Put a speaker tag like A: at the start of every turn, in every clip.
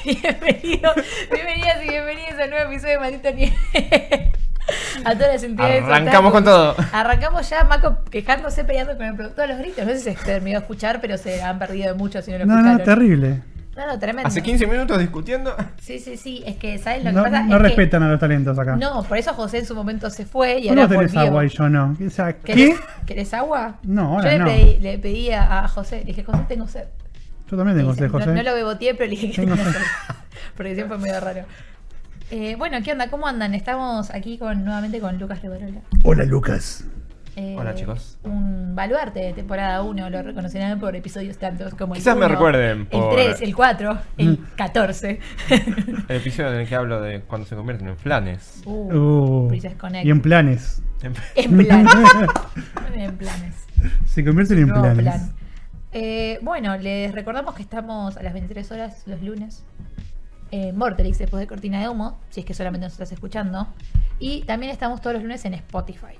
A: Bienvenidos, bienvenidas y bienvenidos al nuevo episodio de Maldito Anime. A todas las entidades.
B: Arrancamos
A: otaku.
B: con todo.
A: Arrancamos ya, Maco quejándose, peleando con el productor a los gritos. No sé si se terminó de escuchar, pero se han perdido de mucho si no lo
C: No,
A: escucharon.
C: no, terrible.
A: No, no, tremendo.
B: Hace 15 minutos discutiendo.
A: Sí, sí, sí. Es que, ¿sabes lo que
C: No,
A: pasa?
C: no
A: Es que-
C: respetan a los talentos acá.
A: No, por eso José en su momento se fue y
C: Vos
A: ahora
C: no tenés
A: volvió.
C: agua y yo no. O sea, ¿qué?
A: ¿Querés, ¿Querés agua?
C: No,
A: Yo
C: ahora
A: le,
C: no.
A: pedí, le pedí a a José, le dije, José, tengo sed.
C: Yo también tengo ¿eh?
A: Dice,
C: sed, José.
A: No, no lo beboteé, pero le dije que
C: Tengo
A: tenía
C: sed.
A: sed. Porque siempre es medio raro. Eh, bueno, ¿qué onda? ¿Cómo andan? Estamos aquí con, nuevamente con Lucas Rivarola.
C: Hola, Lucas.
A: Eh,
B: Hola, chicos.
A: Un baluarte de temporada 1, lo reconocerán por episodios tantos como el
B: Quizás me
A: uno,
B: recuerden
A: El
B: por-
A: 3, el 4,
C: Mm.
A: el 14.
B: El episodio en el que hablo de cuando se convierten en flanes.
A: uh,
C: Uh,
A: Princess Connect.
C: y en planes.
A: En planes. en planes.
C: Se convierten en
A: Nuevo
C: planes.
A: plan. Eh, bueno, les recordamos que estamos a las 23 horas los lunes en Vorterix después de Cortina de Humo, si es que solamente nos estás escuchando. Y también estamos todos los lunes en Spotify.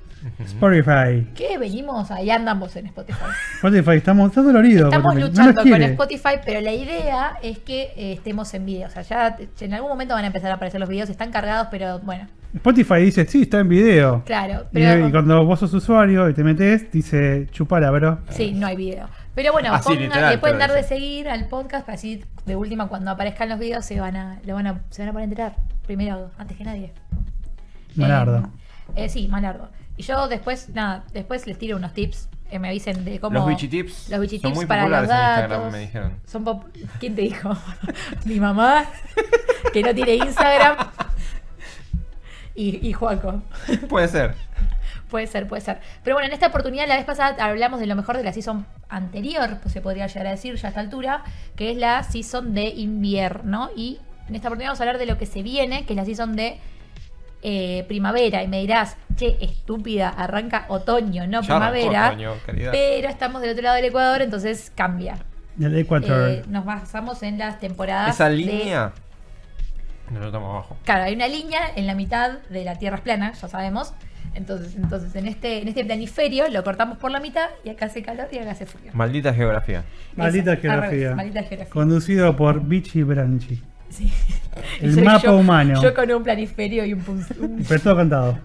C: Spotify.
A: ¿Qué venimos? Ahí andamos en Spotify.
C: Spotify, estamos, está dolorido.
A: Estamos
C: Spotify.
A: luchando
C: no nos
A: con
C: quiere.
A: Spotify, pero la idea es que eh, estemos en video. O sea, ya te- en algún momento van a empezar a aparecer los videos, están cargados, pero bueno,
C: Spotify dice, sí, está en video.
A: claro.
C: Y-
A: Pero,
C: y, cuando vos sos usuario y te metes, dice, chupala, bro.
A: Sí, no hay video. Pero bueno,
B: Así,
A: pongan-
B: Eh. Ah, literal,
A: le pueden
B: pero
A: dar de
B: sí.
A: seguir al podcast, así de última cuando aparezcan los videos se van a, lo van a, se van a poder enterar. Primero, antes que nadie.
C: Malardo.
A: Eh, eh, sí, malardo. Y yo después, nada, después les tiro unos tips, eh, me avisen de cómo...
B: Los bichitips
A: Los bichitips
B: son muy
A: para los
B: populares en Instagram,
A: datos.
B: me dijeron.
A: Son pop- ¿Quién te dijo? Mi mamá, que no tiene Instagram. Y, y Juaco.
B: Puede ser.
A: Puede ser, puede ser. Pero bueno, en esta oportunidad, la vez pasada hablamos de lo mejor de la season anterior, pues se podría llegar a decir ya a esta altura, que es la season de invierno. Y en esta oportunidad vamos a hablar de lo que se viene, que es la season de eh, primavera. Y me dirás, che, estúpida, arranca otoño, no
B: Ya arrancó
A: primavera.
B: otoño, caridad.
A: pero estamos del otro lado del Ecuador, entonces cambia.
C: Del Ecuador.
A: Eh, nos basamos en las temporadas.
B: Esa
A: de-
B: línea. Nosotros estamos abajo.
A: Claro, hay una línea en la mitad de la Tierra es plana, ya sabemos. Entonces, entonces en este en este planiferio lo cortamos por la mitad y acá hace calor y acá hace frío.
B: Maldita geografía.
A: Esa,
C: Maldita
A: al
C: geografía.
A: revés, maldita geografía.
C: Conducido por Bichi Branchi.
A: Sí.
C: El
A: Y soy
C: mapa
A: yo-
C: humano.
A: Yo con un planiferio y un, pun- un
C: Pero todo cantado.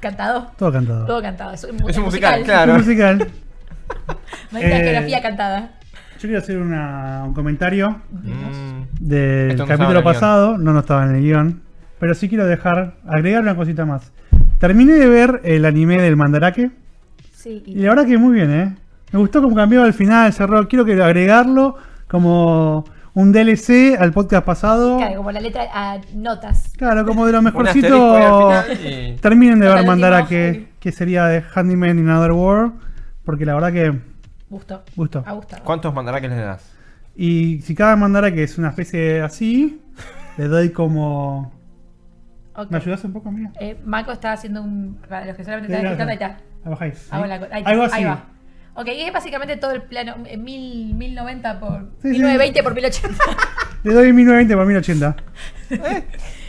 A: cantado.
C: Todo cantado.
A: Todo cantado. Soy mu-
B: Es un musical, claro.
C: Un musical.
A: Maldita
C: Eh,
A: geografía cantada.
C: Yo quiero hacer una- un comentario
A: Oh,
B: Mm, Esto
C: del
B: no estaba en
C: capítulo
B: el guión.
C: pasado, no, no estaba en el guión, pero sí quiero dejar, agregar una cosita más. Terminé de ver el anime del Mandarake
A: Sí.
C: y la verdad que muy bien, ¿eh? Me gustó cómo cambió al final, cerró, quiero que agregarlo como un DLC al podcast pasado.
A: claro, como la letra a notas.
C: Claro, como de lo
B: Un asterisco
C: mejorcito.
B: ahí al final y-
C: Terminen de
A: Hasta
C: ver
A: el último
C: Mandarake,
A: ojo.
C: que sería de Handyman in Another World, porque la verdad que
A: Gusto.
C: gustó.
A: Ha gustado.
B: ¿Cuántos mandaraques les das?
C: Y si cada mandara que es una especie de así, le doy como.
A: Ok.
C: ¿Me ayudas un poco, amiga?
A: Eh, Maco está haciendo un. Para los que solamente están escuchando,
C: Claro.
A: ahí está.
C: La bajáis.
A: Hago la co- ahí,
C: Algo
A: ahí
C: así.
A: va. Ok, es básicamente todo el plano. eh, mil- 1090 por.
C: Sí, sí.
A: 1920 por 1080.
C: Le doy 1920 por 1080.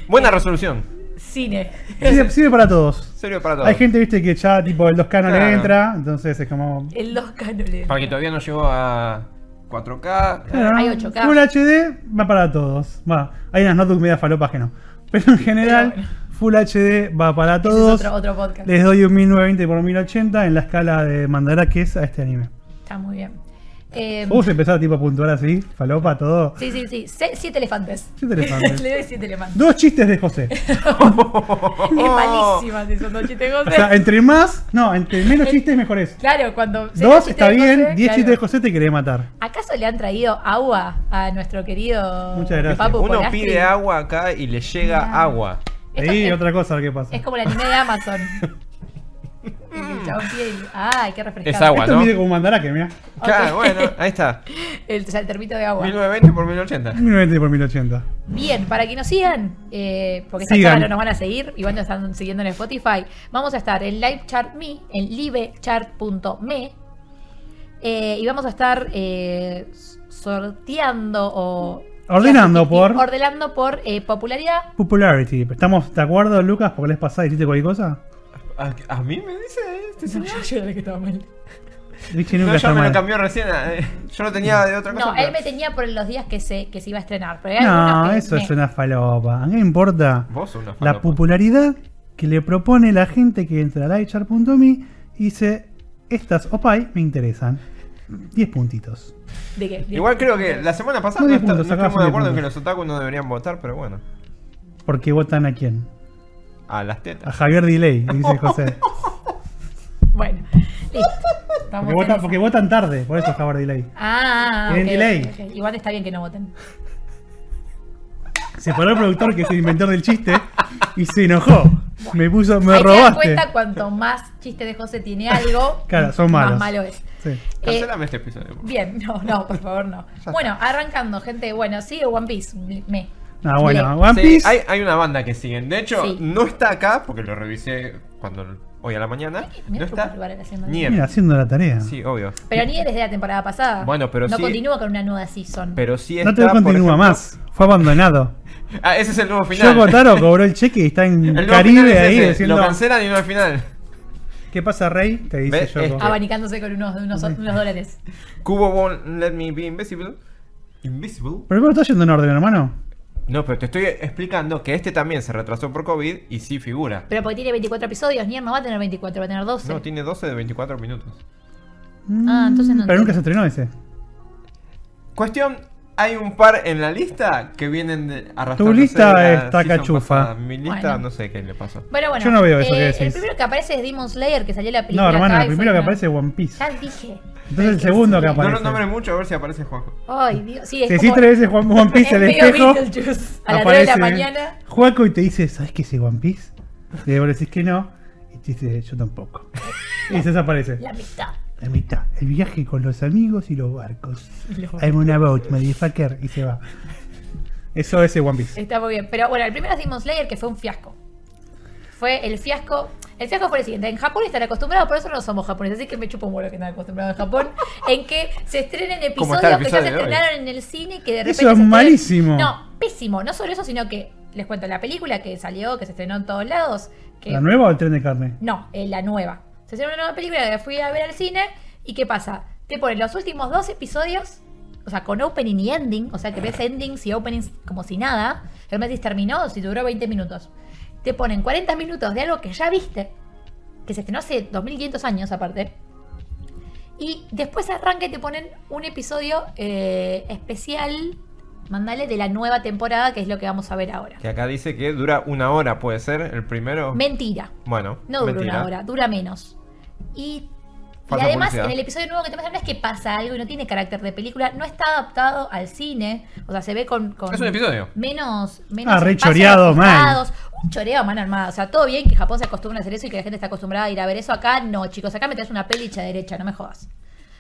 B: Buena resolución.
A: Cine.
C: Sirve, sirve para todos.
B: Serio para todos.
C: Hay gente, viste, que ya tipo el 2K no
B: Claro.
C: le entra, entonces es como.
A: En los cánones.
B: Para que todavía no llegó a 4K.
C: Claro,
A: Hay 8K.
C: "Ah, Full HD va para todos. Va. Hay unas notebooks media falopas que no. Pero en general,
A: Pero
C: Full HD va para
A: Ese es
C: todos.
A: otro, otro podcast.
C: Les doy un 1920 por 1080 en la escala de mandaraques a este anime.
A: Está muy bien. Eh,
C: Vos empezás tipo a puntuar así, falopa, todo.
A: sí, sí, sí. Se- siete elefantes.
C: Siete elefantes.
A: Le doy siete elefantes.
C: Dos chistes de José.
B: Oh,
A: Es malísima si son dos chistes de
C: O
A: José.
C: sea, entre más, no, entre menos chistes mejor es.
A: Claro, cuando. seis
C: Dos
A: Eh, chistes
C: está
A: de José,
C: bien, diez
A: claro.
C: chistes de José te querés matar.
A: ¿Acaso le han traído agua a nuestro querido
C: Muchas gracias.
A: Papu
B: Uno
A: Polastri?
B: pide agua acá y le llega agua.
A: Esto
C: Ahí
A: es-
C: otra cosa que pasa.
A: Es como el anime de Amazon. chabón pide el- Ay, qué refrescante.
B: Es agua.
C: Esto
B: ¿no?
C: mide como mandarake, mirá.
B: Claro,
A: Ok.
B: bueno, ahí está.
A: El, o sea, el termito de agua.
B: 1920 por 1080.
C: 1090 por 1080.
A: Bien, para que nos sigan, eh, porque esta
C: Sigan.
A: charla no nos van a seguir, igual nos están siguiendo en Spotify, vamos a estar en LiveChartMe, en livechart.me, eh, y vamos a estar eh, sorteando o...
C: Ordenando por-
A: Ordenando por eh, popularidad.
C: Popularity. ¿Estamos de acuerdo, Lucas? ¿Por qué les pasás? ¿Dijiste cualquier cosa?
B: ¿A, a mí me dice este señor?
A: yo era la que estaba mal.
C: Richie nunca
B: No,
C: está
B: yo me lo
C: mal.
B: cambió recién. eh, Yo lo tenía de otra cosa.
A: No, él
B: pero-
A: me tenía por los días que se, que se iba a estrenar. Pero hay algunos
C: No,
A: que
C: eso
A: me-
C: es una falopa. ¿Qué importa?
B: Vos sos una
C: La
B: falopa.
C: popularidad que le propone la gente que entra a livechart.me y dice: Estas opay me interesan. 10 puntitos.
A: ¿De qué?
B: Igual creo que la semana pasada
C: No,
B: no,
C: diez
B: está-
C: puntos,
B: no
C: acá
B: estamos de
C: diez
B: acuerdo en que
C: puntos.
B: los otaku no deberían votar, pero bueno.
C: Porque votan a quién?
B: A las
C: A
B: tetas.
C: Javier Delay, dice José.
A: Bueno, listo. Estamos
C: Porque
A: en
C: votan,
A: esa.
C: porque votan tarde, por eso Javier Delay.
A: Ah,
C: Tienen
A: ok,
C: delay.
A: ok, ok. Igual está bien que no voten.
C: Se paró el productor que es el inventor del chiste y se enojó. Me puso, me
A: Ahí te das
C: robaste.
A: cuenta cuánto más chiste de José tiene algo,
C: Claro, son malos.
A: más malo es.
C: Sí.
A: Eh,
B: Cancelame este episodio. por favor.
A: bien, no, no, por favor, no. Bueno, arrancando, gente, bueno, sí, One Piece, me.
C: Ah, bueno,
A: Bien.
C: One
B: Sí,
C: Piece.
B: hay, hay una banda que siguen. De hecho,
A: Sí.
B: no está acá, porque lo revisé cuando hoy a la mañana.
A: Ay, mira
B: No
A: qué
B: está.
A: lugar era haciendo.
B: Nier.
C: Mira, haciendo la tarea.
B: Sí, obvio.
A: Pero ni desde la temporada pasada.
B: Bueno, pero
A: No
B: sí-
A: continúa con una nueva season.
B: Pero sí está.
C: no te lo
B: por
C: continúa
B: ejemplo-
C: más. Fue abandonado.
B: Ah, ese es el nuevo final.
C: Yoko Taro cobró el cheque y está
B: El
C: en
B: nuevo final
C: Caribe
B: es
C: ahí
B: ese.
C: diciendo:
B: Lo cancelan y no al final.
C: ¿Qué pasa, Rey? Te dice
B: ¿Ves?
C: Yoko.
B: Este.
A: Abanicándose con unos, unos, unos dólares.
B: Cubo won't let me be invisible. Invisible.
C: Pero vos estás yendo en orden, hermano.
B: No, pero te estoy explicando que este también se retrasó por COVID y sí figura.
A: Pero porque tiene 24 episodios, Nier no va a tener 24, va a tener 12.
B: No, tiene 12 de 24 minutos.
A: Ah, entonces no
C: Pero
A: entiendo.
C: nunca se estrenó ese.
B: Cuestión, hay un par en la lista que vienen de arrastrándose
C: Tu lista
B: de la
C: está
B: season
C: cachufa.
B: pasada. Mi lista
A: Bueno.
B: no sé qué le pasó.
A: Bueno, bueno.
C: Yo no veo eso que decís.
A: El primero que aparece es Demon Slayer, que salió la película.
C: No, hermano,
A: acá y
C: el
A: fue
C: primero que
A: una-
C: aparece es One Piece.
A: Ya dije.
C: Entonces el segundo que
B: No lo
C: aparece.
B: nombre mucho a ver si aparece Juanjo.
A: Ay, Dios. Sí, es como-
C: Si decís tres veces Juan- One Piece
A: es
C: el
A: medio
C: espejo,
A: Beetlejuice. A las 3 de la mañana.
C: Juaco y te dice, ¿sabes qué es ese One Piece? Y vos le decís que no, y te dice, yo tampoco. Y se desaparece.
A: La mitad.
C: La mitad, el viaje con los amigos y los barcos. I'm on a boat, motherfucker, y se va. Eso es el One Piece.
A: Está muy bien. Pero bueno, el primero es Demon Slayer, que fue un fiasco. Fue el fiasco. El fiasco fue el siguiente. En Japón están acostumbrados, por eso no somos japoneses. Así que me chupo un huevo que están acostumbrados en Japón. En que se estrenen
B: Como
A: episodios
B: está el
A: que ya se
B: episodio de hoy.
A: estrenaron en el cine y que de repente.
C: Eso es
A: se estrenan-
C: malísimo.
A: No, pésimo. No solo eso, sino que les cuento la película que salió, que se estrenó en todos lados. Que
C: ¿La nueva o el tren de carne?
A: No, eh, la nueva. Se hace una nueva película que la fui a ver al cine. ¿Y qué pasa? Te ponen los últimos dos episodios, o sea, con opening y ending, o sea, que ves endings y openings como si nada. Realmente si terminó, si duró 20 minutos. Te ponen 40 minutos de algo que ya viste, que se estrenó hace 2500 años aparte. Y después arranca y te ponen un episodio eh, especial, mandale, de la nueva temporada, que es lo que vamos a ver ahora.
B: Que acá dice que dura una hora, puede ser, el primero.
A: Mentira.
B: bueno,
A: No dura
B: mentira.
A: una hora, dura menos. Y, y
B: Falsa
A: además,
B: publicidad.
A: en el episodio nuevo que te hablar es que pasa algo y no tiene carácter de película, no está adaptado al cine, o sea, se ve con. con
B: Es un episodio.
A: Menos. menos
C: Ah, re
A: espacios
C: choreado, man.
A: ocupados, Un choreo man armado. O sea, todo bien que Japón se acostumbra a hacer eso y que la gente está acostumbrada a ir a ver eso. Acá no, chicos, acá me traes una pelicha derecha, no me jodas.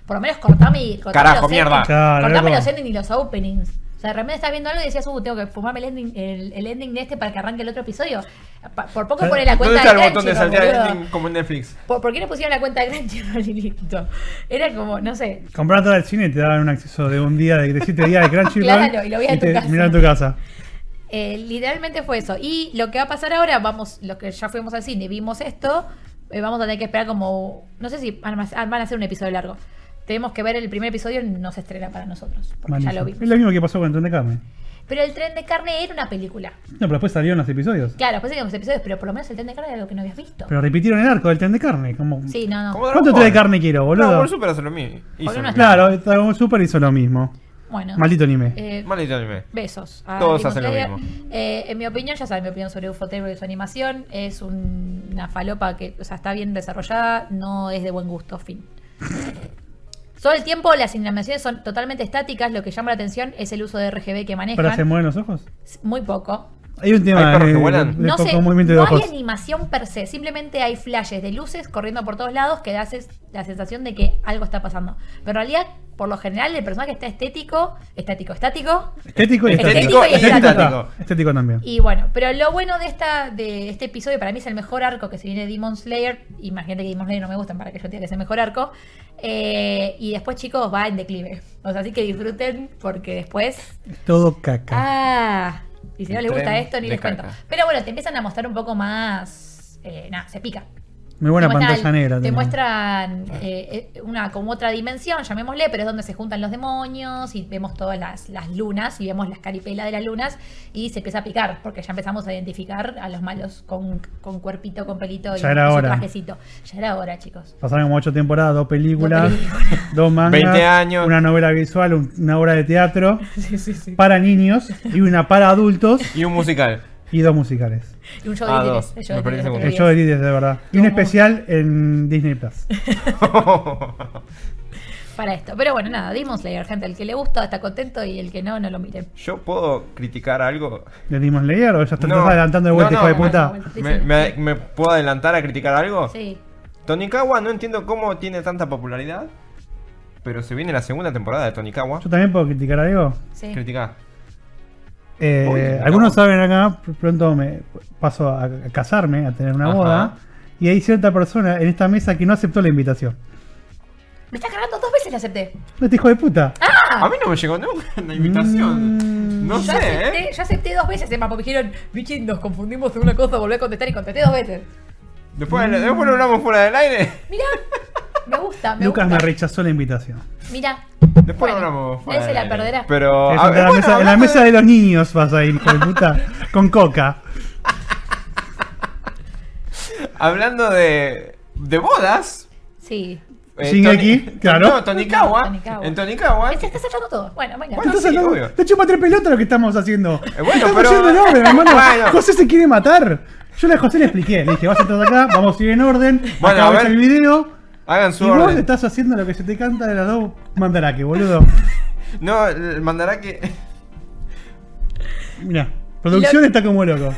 A: Por lo menos cortame y. cortame
B: Carajo,
A: los
B: mierda.
A: endings-
C: Claro,
A: cortame
C: loco.
A: los endings y los openings. O sea, realmente estás viendo algo y decías, uh, tengo que fumarme el ending, el, el ending de este para que arranque el otro episodio. Pa- por poco pone la
B: ¿Dónde
A: cuenta
B: está el
A: de
B: botón de
A: Crunchyroll,
B: saltear
A: boludo.
B: ending como en Netflix?
A: ¿Por, por qué no pusieron la cuenta de Crunchyroll y listo? Era como, no sé.
C: Comprar toda el cine y te daban un acceso de un día, de, de siete días de Crunchyroll.
A: Claro, y lo veías en tu
C: te-
A: casa.
C: mirá en tu casa.
A: Eh, literalmente fue eso. Y lo que va a pasar ahora, vamos, los que ya fuimos al cine y vimos esto, eh, vamos a tener que esperar como. No sé si van a- van a hacer un episodio largo. Tenemos que ver el primer episodio, no se estrena para nosotros, porque
C: Malísimo.
A: ya lo
C: Es
A: vimos.
C: lo mismo que pasó con el tren de carne.
A: Pero el tren de carne era una película.
C: No, pero después salieron los episodios.
A: Claro, pues después teníamos episodios, pero por lo menos el tren de carne era algo que no habías visto.
C: Pero repitieron el arco del tren de carne. Como...
A: sí, no, no.
B: Como Dragon
C: ¿Cuánto tren de
B: Ball.
C: carne quiero, boludo?
B: Dragon Ball Super hace lo mismo. hizo
A: Boludo,
B: lo
A: no
B: mismo.
C: Claro, Dragon Ball Super hizo lo mismo.
A: Bueno.
C: Maldito anime.
A: Eh,
B: Maldito anime.
A: Besos. a
B: Todos
A: Demon
B: hacen lo
A: Slayer.
B: mismo.
A: Eh, en mi opinión, ya saben mi opinión sobre Ufotable y su animación. Es un- una falopa que o sea, está bien desarrollada, no es de buen gusto, fin. Todo el tiempo las animaciones son totalmente estáticas, lo que llama la atención es el uso de RGB que
C: ¿Pero se
A: manejan.
C: mueven los ojos?
A: Muy poco.
C: Hay un tema
B: ¿Hay perros
C: de-
B: que vuelan?
C: de
A: No,
C: poco
A: sé,
C: movimiento de
A: no hay
C: ojos.
A: animación per se, simplemente hay flashes de luces corriendo por todos lados que da ses- la sensación de que algo está pasando. Pero en realidad, por lo general, el personaje está estético, estático, estático,
C: Estético y
A: Estético
C: estático.
A: y
C: Estético,
B: estático.
C: estético también.
A: Y bueno, pero lo bueno de esta de este episodio, para mí es el mejor arco que se viene de Demon Slayer. Imagínate que Demon Slayer no me gustan para que yo tenga que es el mejor arco. Eh, y después, chicos, va en declive. O sea, así que disfruten porque después.
C: Es todo caca.
A: ¡Ah! Y si no
B: El
A: les gusta
B: tren
A: esto, ni
B: de
A: les cuento.
B: caca.
A: Pero bueno, te empiezan a mostrar un poco más. eh, nada, se pica.
C: Muy buena
A: Te muestran-
C: pantalla negra.
A: Te
C: tenemos.
A: muestran eh, eh, una como otra dimensión, llamémosle, pero es donde se juntan los demonios y vemos todas las, las lunas y vemos las caripelas de las lunas y se empieza a picar, porque ya empezamos a identificar a los malos con, con cuerpito, con pelito y
C: Ya era
A: su
C: hora.
A: trajecito. Ya era hora, chicos.
C: Pasaron como ocho temporadas, dos películas,
A: Dos
C: dos, mangas,
B: 20 años.
C: una novela visual, un- una obra de teatro para niños y una para adultos
B: Y un musical.
C: y dos musicales.
A: Y un show
B: Ah,
A: de
B: dos.
A: títeres, el show
B: Me
A: de
B: perdí
A: títeres,
B: un
A: otro
B: segundo.
C: El
A: día.
C: show de Lidia, de verdad. Y un
A: ¿Cómo?
C: especial en Disney Plus.
A: Para esto. Pero bueno, nada, Demon Slayer, gente, el que le gusta está contento y el que no, no lo miren.
B: ¿Yo puedo criticar algo?
C: ¿De Demon Slayer o ya estás
B: No.
C: adelantando de vuelta,
B: No, no,
C: hijo de
B: no,
C: puta?
A: no, no,
B: ¿Me, me- me puedo adelantar a criticar algo?
A: Sí.
B: Tonikawa, no entiendo cómo tiene tanta popularidad. Pero se viene la segunda temporada de Tonikawa.
C: Yo también puedo criticar algo.
A: Sí.
B: Critica.
C: Eh,
B: Uy, no.
C: algunos saben acá, pr- pronto me paso a, a casarme, a tener una
B: Ajá.
C: boda. Y hay cierta persona en esta mesa que no aceptó la invitación.
A: Me está cargando dos veces, la acepté.
C: Este hijo de puta.
A: Ah,
B: A mí no me llegó nunca la invitación.
C: Mm.
B: No
A: Yo
B: sé, ¿eh?
A: acepté, yo acepté dos veces, Emma, porque dijeron, bichín, nos confundimos en una cosa, volví a contestar y contesté dos veces.
B: Después, después lo hablamos fuera del aire.
A: Mirá, me gusta, me
C: Lucas me
A: gusta.
C: rechazó la invitación.
A: Mirá.
B: Después
A: Bueno,
B: lo hablamos fuera
A: nadie se
B: del
A: la
B: aire.
A: perderá.
B: Pero.
C: Es
B: a
C: en
B: ver, Oh, ah,
C: la
B: bueno,
C: mesa, en la
B: hablando
C: mesa de los niños vas a ir, hijo de puta. con coca.
B: Hablando de, de bodas. eh,
A: Sí.
C: Shingeki,
B: Toni-
C: claro.
B: No, Tonikawa.
A: Tonikawa.
B: En Tonikawa.
A: Se está sacando todo. Bueno, venga.
B: Ah, Bueno,
C: Entonces,
B: sí,
C: no,
B: obvio. Eh,
C: te chupa tres pelotas lo que estamos haciendo.
B: bueno,
C: estamos
B: pero-
C: yendo en orden, hermano.
B: Bueno.
C: José se quiere matar. Yo a José le expliqué. Le dije, vas a entrar acá, vamos a ir en orden.
B: Bueno,
C: acá
B: a
C: ves
B: ver.
C: el video.
B: Hagan su
C: y vos
B: orden.
C: estás haciendo lo que se te canta de las dos mandarake, boludo.
B: No, el mandarake.
C: Mira, producción
A: Lo-
C: está como loco.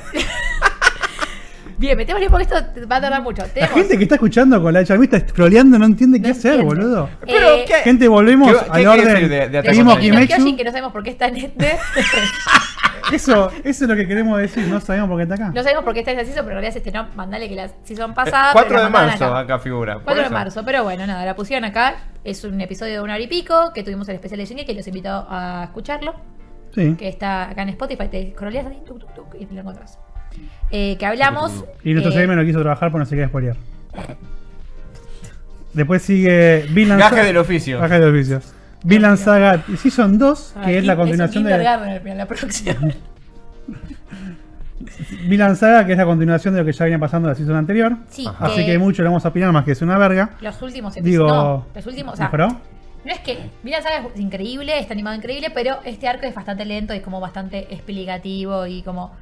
A: Bien, metémosle porque esto va a tardar mucho.
C: La
A: Tenemos- eh,
C: gente que está escuchando con la chavista scrolleando no entiende qué hacer,
A: entiende.
C: boludo.
B: Pero,
A: Eh,
B: ¿qué?
C: Gente, volvemos
B: ¿Qué- qué
C: al
B: quiere decir de-
C: orden.
B: de Attack on
C: Vimos
A: tenemos
B: Titan?
A: Shingeki no
C: Kimetsu.
A: Kyojin, que no sabemos por qué está en este.
C: Eso, eso es lo que queremos decir. No sabemos por qué está acá.
A: no sabemos por qué está en esta season, pero en realidad es este, no, mandale que la season pasada.
B: 4
A: pero la
B: Eh, de
A: mandaron
B: marzo
A: acá.
B: acá, figura. por
A: 4 de
B: eso.
A: marzo, pero bueno, nada, la pusieron acá. Es un episodio de una hora y pico que tuvimos el especial de Shingeki, que los invito a escucharlo.
C: Sí.
A: que está acá en Spotify, te scrolleas ahí, tuc, tuc, tuc, y lo encontrás. Eh, que hablamos.
C: Y nuestro
A: eh,
C: CM no quiso trabajar porque no se quería spoilear. Después sigue Vinland
B: Gaje del oficio.
C: Gaje del oficio. Vinland Saga Season 2, que
A: ah,
C: es la
A: Kin-
C: continuación
A: un
C: de
A: kindergarten al final, la próxima.
C: Vinland Saga, que es la continuación de lo que ya venía pasando en la season anterior.
A: Sí,
C: Así que mucho lo vamos a opinar más que es una verga.
A: Los últimos
C: Digo,
A: episodios. No, los últimos. O sea,
C: ¿mejoró?
A: No es que. Mira, sabes, es increíble, está animado increíble, pero este arco es bastante lento y es como bastante explicativo y como.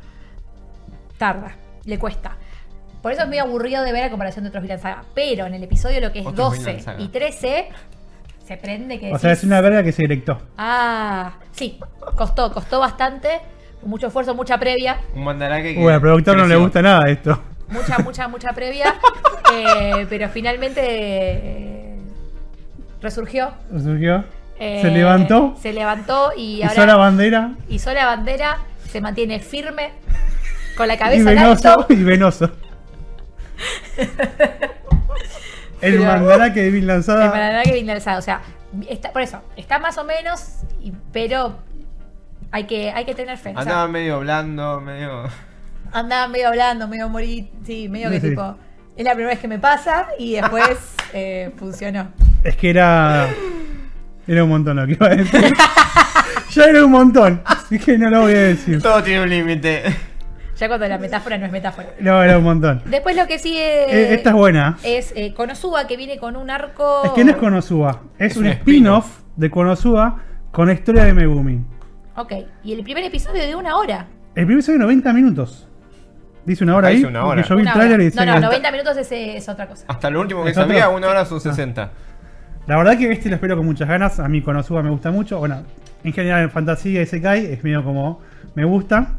A: tarda, le cuesta. Por eso es medio aburrido de ver a comparación de otros Vinland Saga. Pero en el episodio lo que es
B: Otros
A: 12
B: Vinland Saga.
A: y 13 se prende que
C: O sea, es
A: decís,
C: una verga que se directó.
A: Ah, sí, costó, costó bastante, mucho esfuerzo, mucha previa,
B: Un mandarake que.
C: Uy, al productor no le
B: creció.
C: gusta nada esto.
A: mucha, mucha, mucha previa, eh, pero finalmente eh, resurgió.
C: Surgió,
A: eh,
C: se levantó,
A: Se levantó y
C: hizo la
A: ahora
C: bandera
A: hizo la bandera, se mantiene firme, con la
C: y
A: cabeza en
C: venoso.
A: alto.
C: Y venoso. El
A: Pero-
C: mandarake de Vinland
A: De
C: Saga.
A: manera eh, que viene alzado, o sea, está, por eso, está más o menos, y- pero hay que, hay que tener fe. o sea,
B: Andaba medio blando, medio.
A: Andaba medio hablando, medio morir, sí, medio que
C: Sí.
A: tipo. Es la primera vez que me pasa y después eh, funcionó.
C: Es que era. Era un montón lo que iba a decir. ya era un montón. Así que no lo voy a decir.
B: Todo tiene un límite.
A: Ya cuando la metáfora no es metáfora.
C: No, era un montón.
A: Después lo que
C: Eh,
A: sigue
C: esta es buena.
A: es eh, oh. Konosuba que viene con un arco.
C: Es que no es Konosuba. Es,
B: Es
C: un
B: un
C: spin-off de Konosuba con la historia de Megumi.
A: Ok, y el primer episodio de una hora.
C: El primer episodio de 90 minutos. Dice una hora
B: Ah,
C: ahí.
B: dice una
C: porque
B: hora.
C: Yo vi el
A: Una
C: tráiler
A: hora.
C: y decía
A: No, no,
C: que-
A: 90 minutos es, eh, es otra cosa.
B: Hasta lo último que
C: ¿Es otro?
B: sabía, una hora son 60.
C: La verdad que este lo espero con muchas ganas. A mí Konosuba me gusta mucho. Bueno, en general en fantasía y Sekai es medio como me gusta.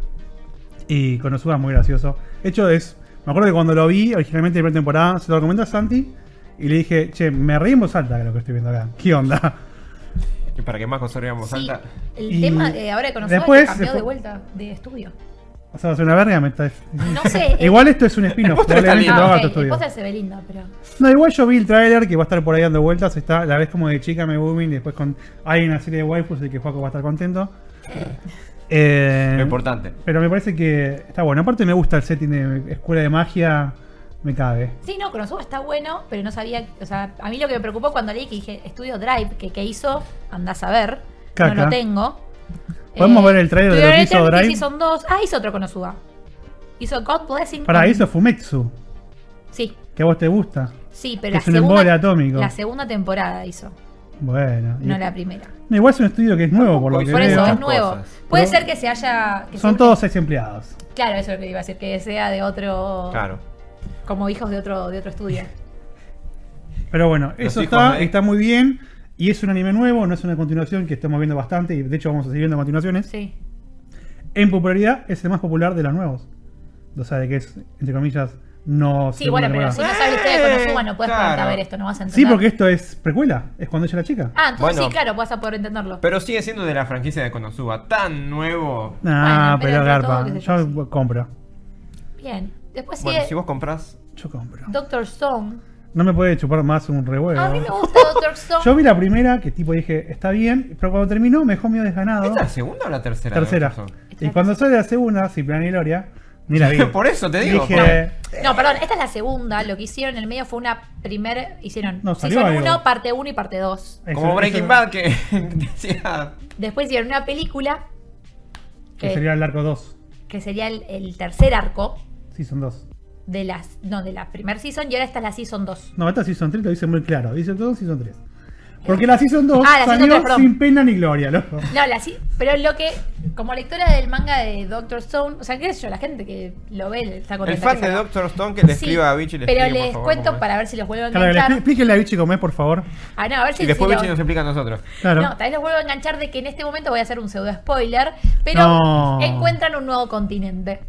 C: Y Konosuba es muy gracioso. De hecho, es. Me acuerdo que cuando lo vi originalmente en primera temporada, se lo recomendé a Santi. Y le dije, che, me reí en voz alta de lo que estoy viendo acá. ¿Qué onda?
B: Y para que más cosas digamos
A: Sí,
B: alta.
A: el
C: Y
A: tema de ahora de conocer
C: después
A: cambió de
C: se fue-
A: vuelta de estudio.
C: O sea, va a ser una verga. Me está...
A: No sé. el-
C: Igual esto es un spin-off.
B: póster está
C: probablemente
B: lindo.
C: lo haga
A: Ah,
C: tu
A: Eh, ok, el
C: estudio.
A: póster se ve lindo, pero.
C: No, igual yo vi el tráiler que va a estar por ahí dando vueltas. Está, la ves como de chica me booming. Después con hay una serie de waifus y que Juaco va a estar contento. Eh,
B: Lo importante.
C: pero me parece que está bueno. Aparte me gusta el setting de escuela de magia. Me cabe.
A: Sí, no, Konosuba está bueno, pero no sabía. O sea, a mí lo que me preocupó cuando leí que dije estudio Drive, que qué hizo, andás a ver.
C: Caca.
A: No lo tengo. Eh,
C: ¿Podemos ver el trailer de
A: Studio
C: lo que hizo
A: Eternity,
C: Drive?
A: sí, son dos. Ah, hizo otro Konosuba. Hizo God Blessing.
C: Para
A: and-
C: eso Fumetsu,
A: Sí,
C: que a vos te gusta.
A: sí,
C: Que
A: pero la
C: es un
A: segunda.
C: embole atómico.
A: La segunda temporada hizo,
C: Bueno. y-
A: no la primera.
C: No, igual es un estudio que es nuevo por lo
B: Por
C: que
A: Por
C: veo.
A: eso
B: otras
A: es nuevo.
B: cosas.
A: Puede
C: Pero-
A: ser que se haya. que
C: Son
A: sea-
C: todos seis empleados.
A: Claro, eso es lo que iba a decir, que sea de otro.
B: Claro.
A: Como hijos de otro, de otro estudio.
C: Pero bueno,
B: Los
C: eso
B: hijos
C: está,
B: de-
C: está muy bien. Y es un anime nuevo, no es una continuación que estamos viendo bastante. Y de hecho, vamos a seguir viendo continuaciones.
A: Sí.
C: En popularidad, es el más popular de los nuevos. O sea, de que es, entre comillas, no
A: Sí, bueno,
C: segunda
A: pero
C: temporada.
A: si no sabes la historia de Konosuba, no puedes ponerte a
B: Claro.
A: ver esto, no vas a entender.
C: Sí, porque esto es precuela. Es cuando ella era chica.
A: Ah, entonces
B: Bueno.
A: sí, claro, vas a poder entenderlo.
B: Pero sigue siendo de la franquicia de Konosuba. Tan nuevo.
C: Ah,
A: Bueno, pero
C: pero
A: dentro de
C: garpa.
A: todo, qué sé
C: Yo
A: yo.
C: compro.
A: Bien. Después sigue
B: Bueno, si vos comprás.
C: Yo compro.
A: Doctor Stone.
C: No me puede chupar más un revuelo.
A: A mí me gusta Doctor Stone.
C: Yo vi la primera que tipo dije, está bien, pero cuando terminó me dejó medio desganado.
B: ¿Es la segunda o la tercera?
C: Tercera. Y cuando sale la segunda, sin plan ni gloria, ni la vi.
B: Por eso te digo.
C: Dije,
A: No, perdón, esta es la segunda. Lo que hicieron en el medio fue una primera. Hicieron
C: No, salió
A: Season
C: algo.
A: 1, parte 1 y parte 2.
B: como- Como
C: eso-
B: Breaking
C: eso-
B: Bad que decía.
A: Después hicieron una película
C: Que
A: que,
C: sería el arco 2.
A: que sería el, el tercer arco
C: Sí, son 2.
A: de las no de la primer season y ahora esta es la season 2.
C: No, esta Season 3 lo dice muy claro. Dice 2, Season 3. Porque la Season 2
A: Ah, la Season
C: salió
A: 3, perdón.
C: sin pena ni gloria, loco.
A: No, la sí, pero lo que como lectora del manga de Doctor Stone, o sea, qué sé yo, la gente que lo ve está
B: El
A: contenta.
B: fan
A: que
B: de
A: salga.
B: Doctor Stone que le
A: Sí,
B: escriba a Vichy y le
A: Pero
B: explique, por
A: les
B: favor,
A: cuento
B: cómo es.
A: para ver si los vuelvo a
C: Claro, le
A: enganchar.
C: expli- explíquenle a Vichy cómo es, por favor.
A: Ah, no, a ver si,
B: Y después
A: si
B: Vichy
A: lo-
B: nos explica a nosotros.
C: Claro.
A: No, tal vez los vuelvo a enganchar de que en este momento voy a hacer un pseudo spoiler, pero
C: No.
A: encuentran un nuevo continente.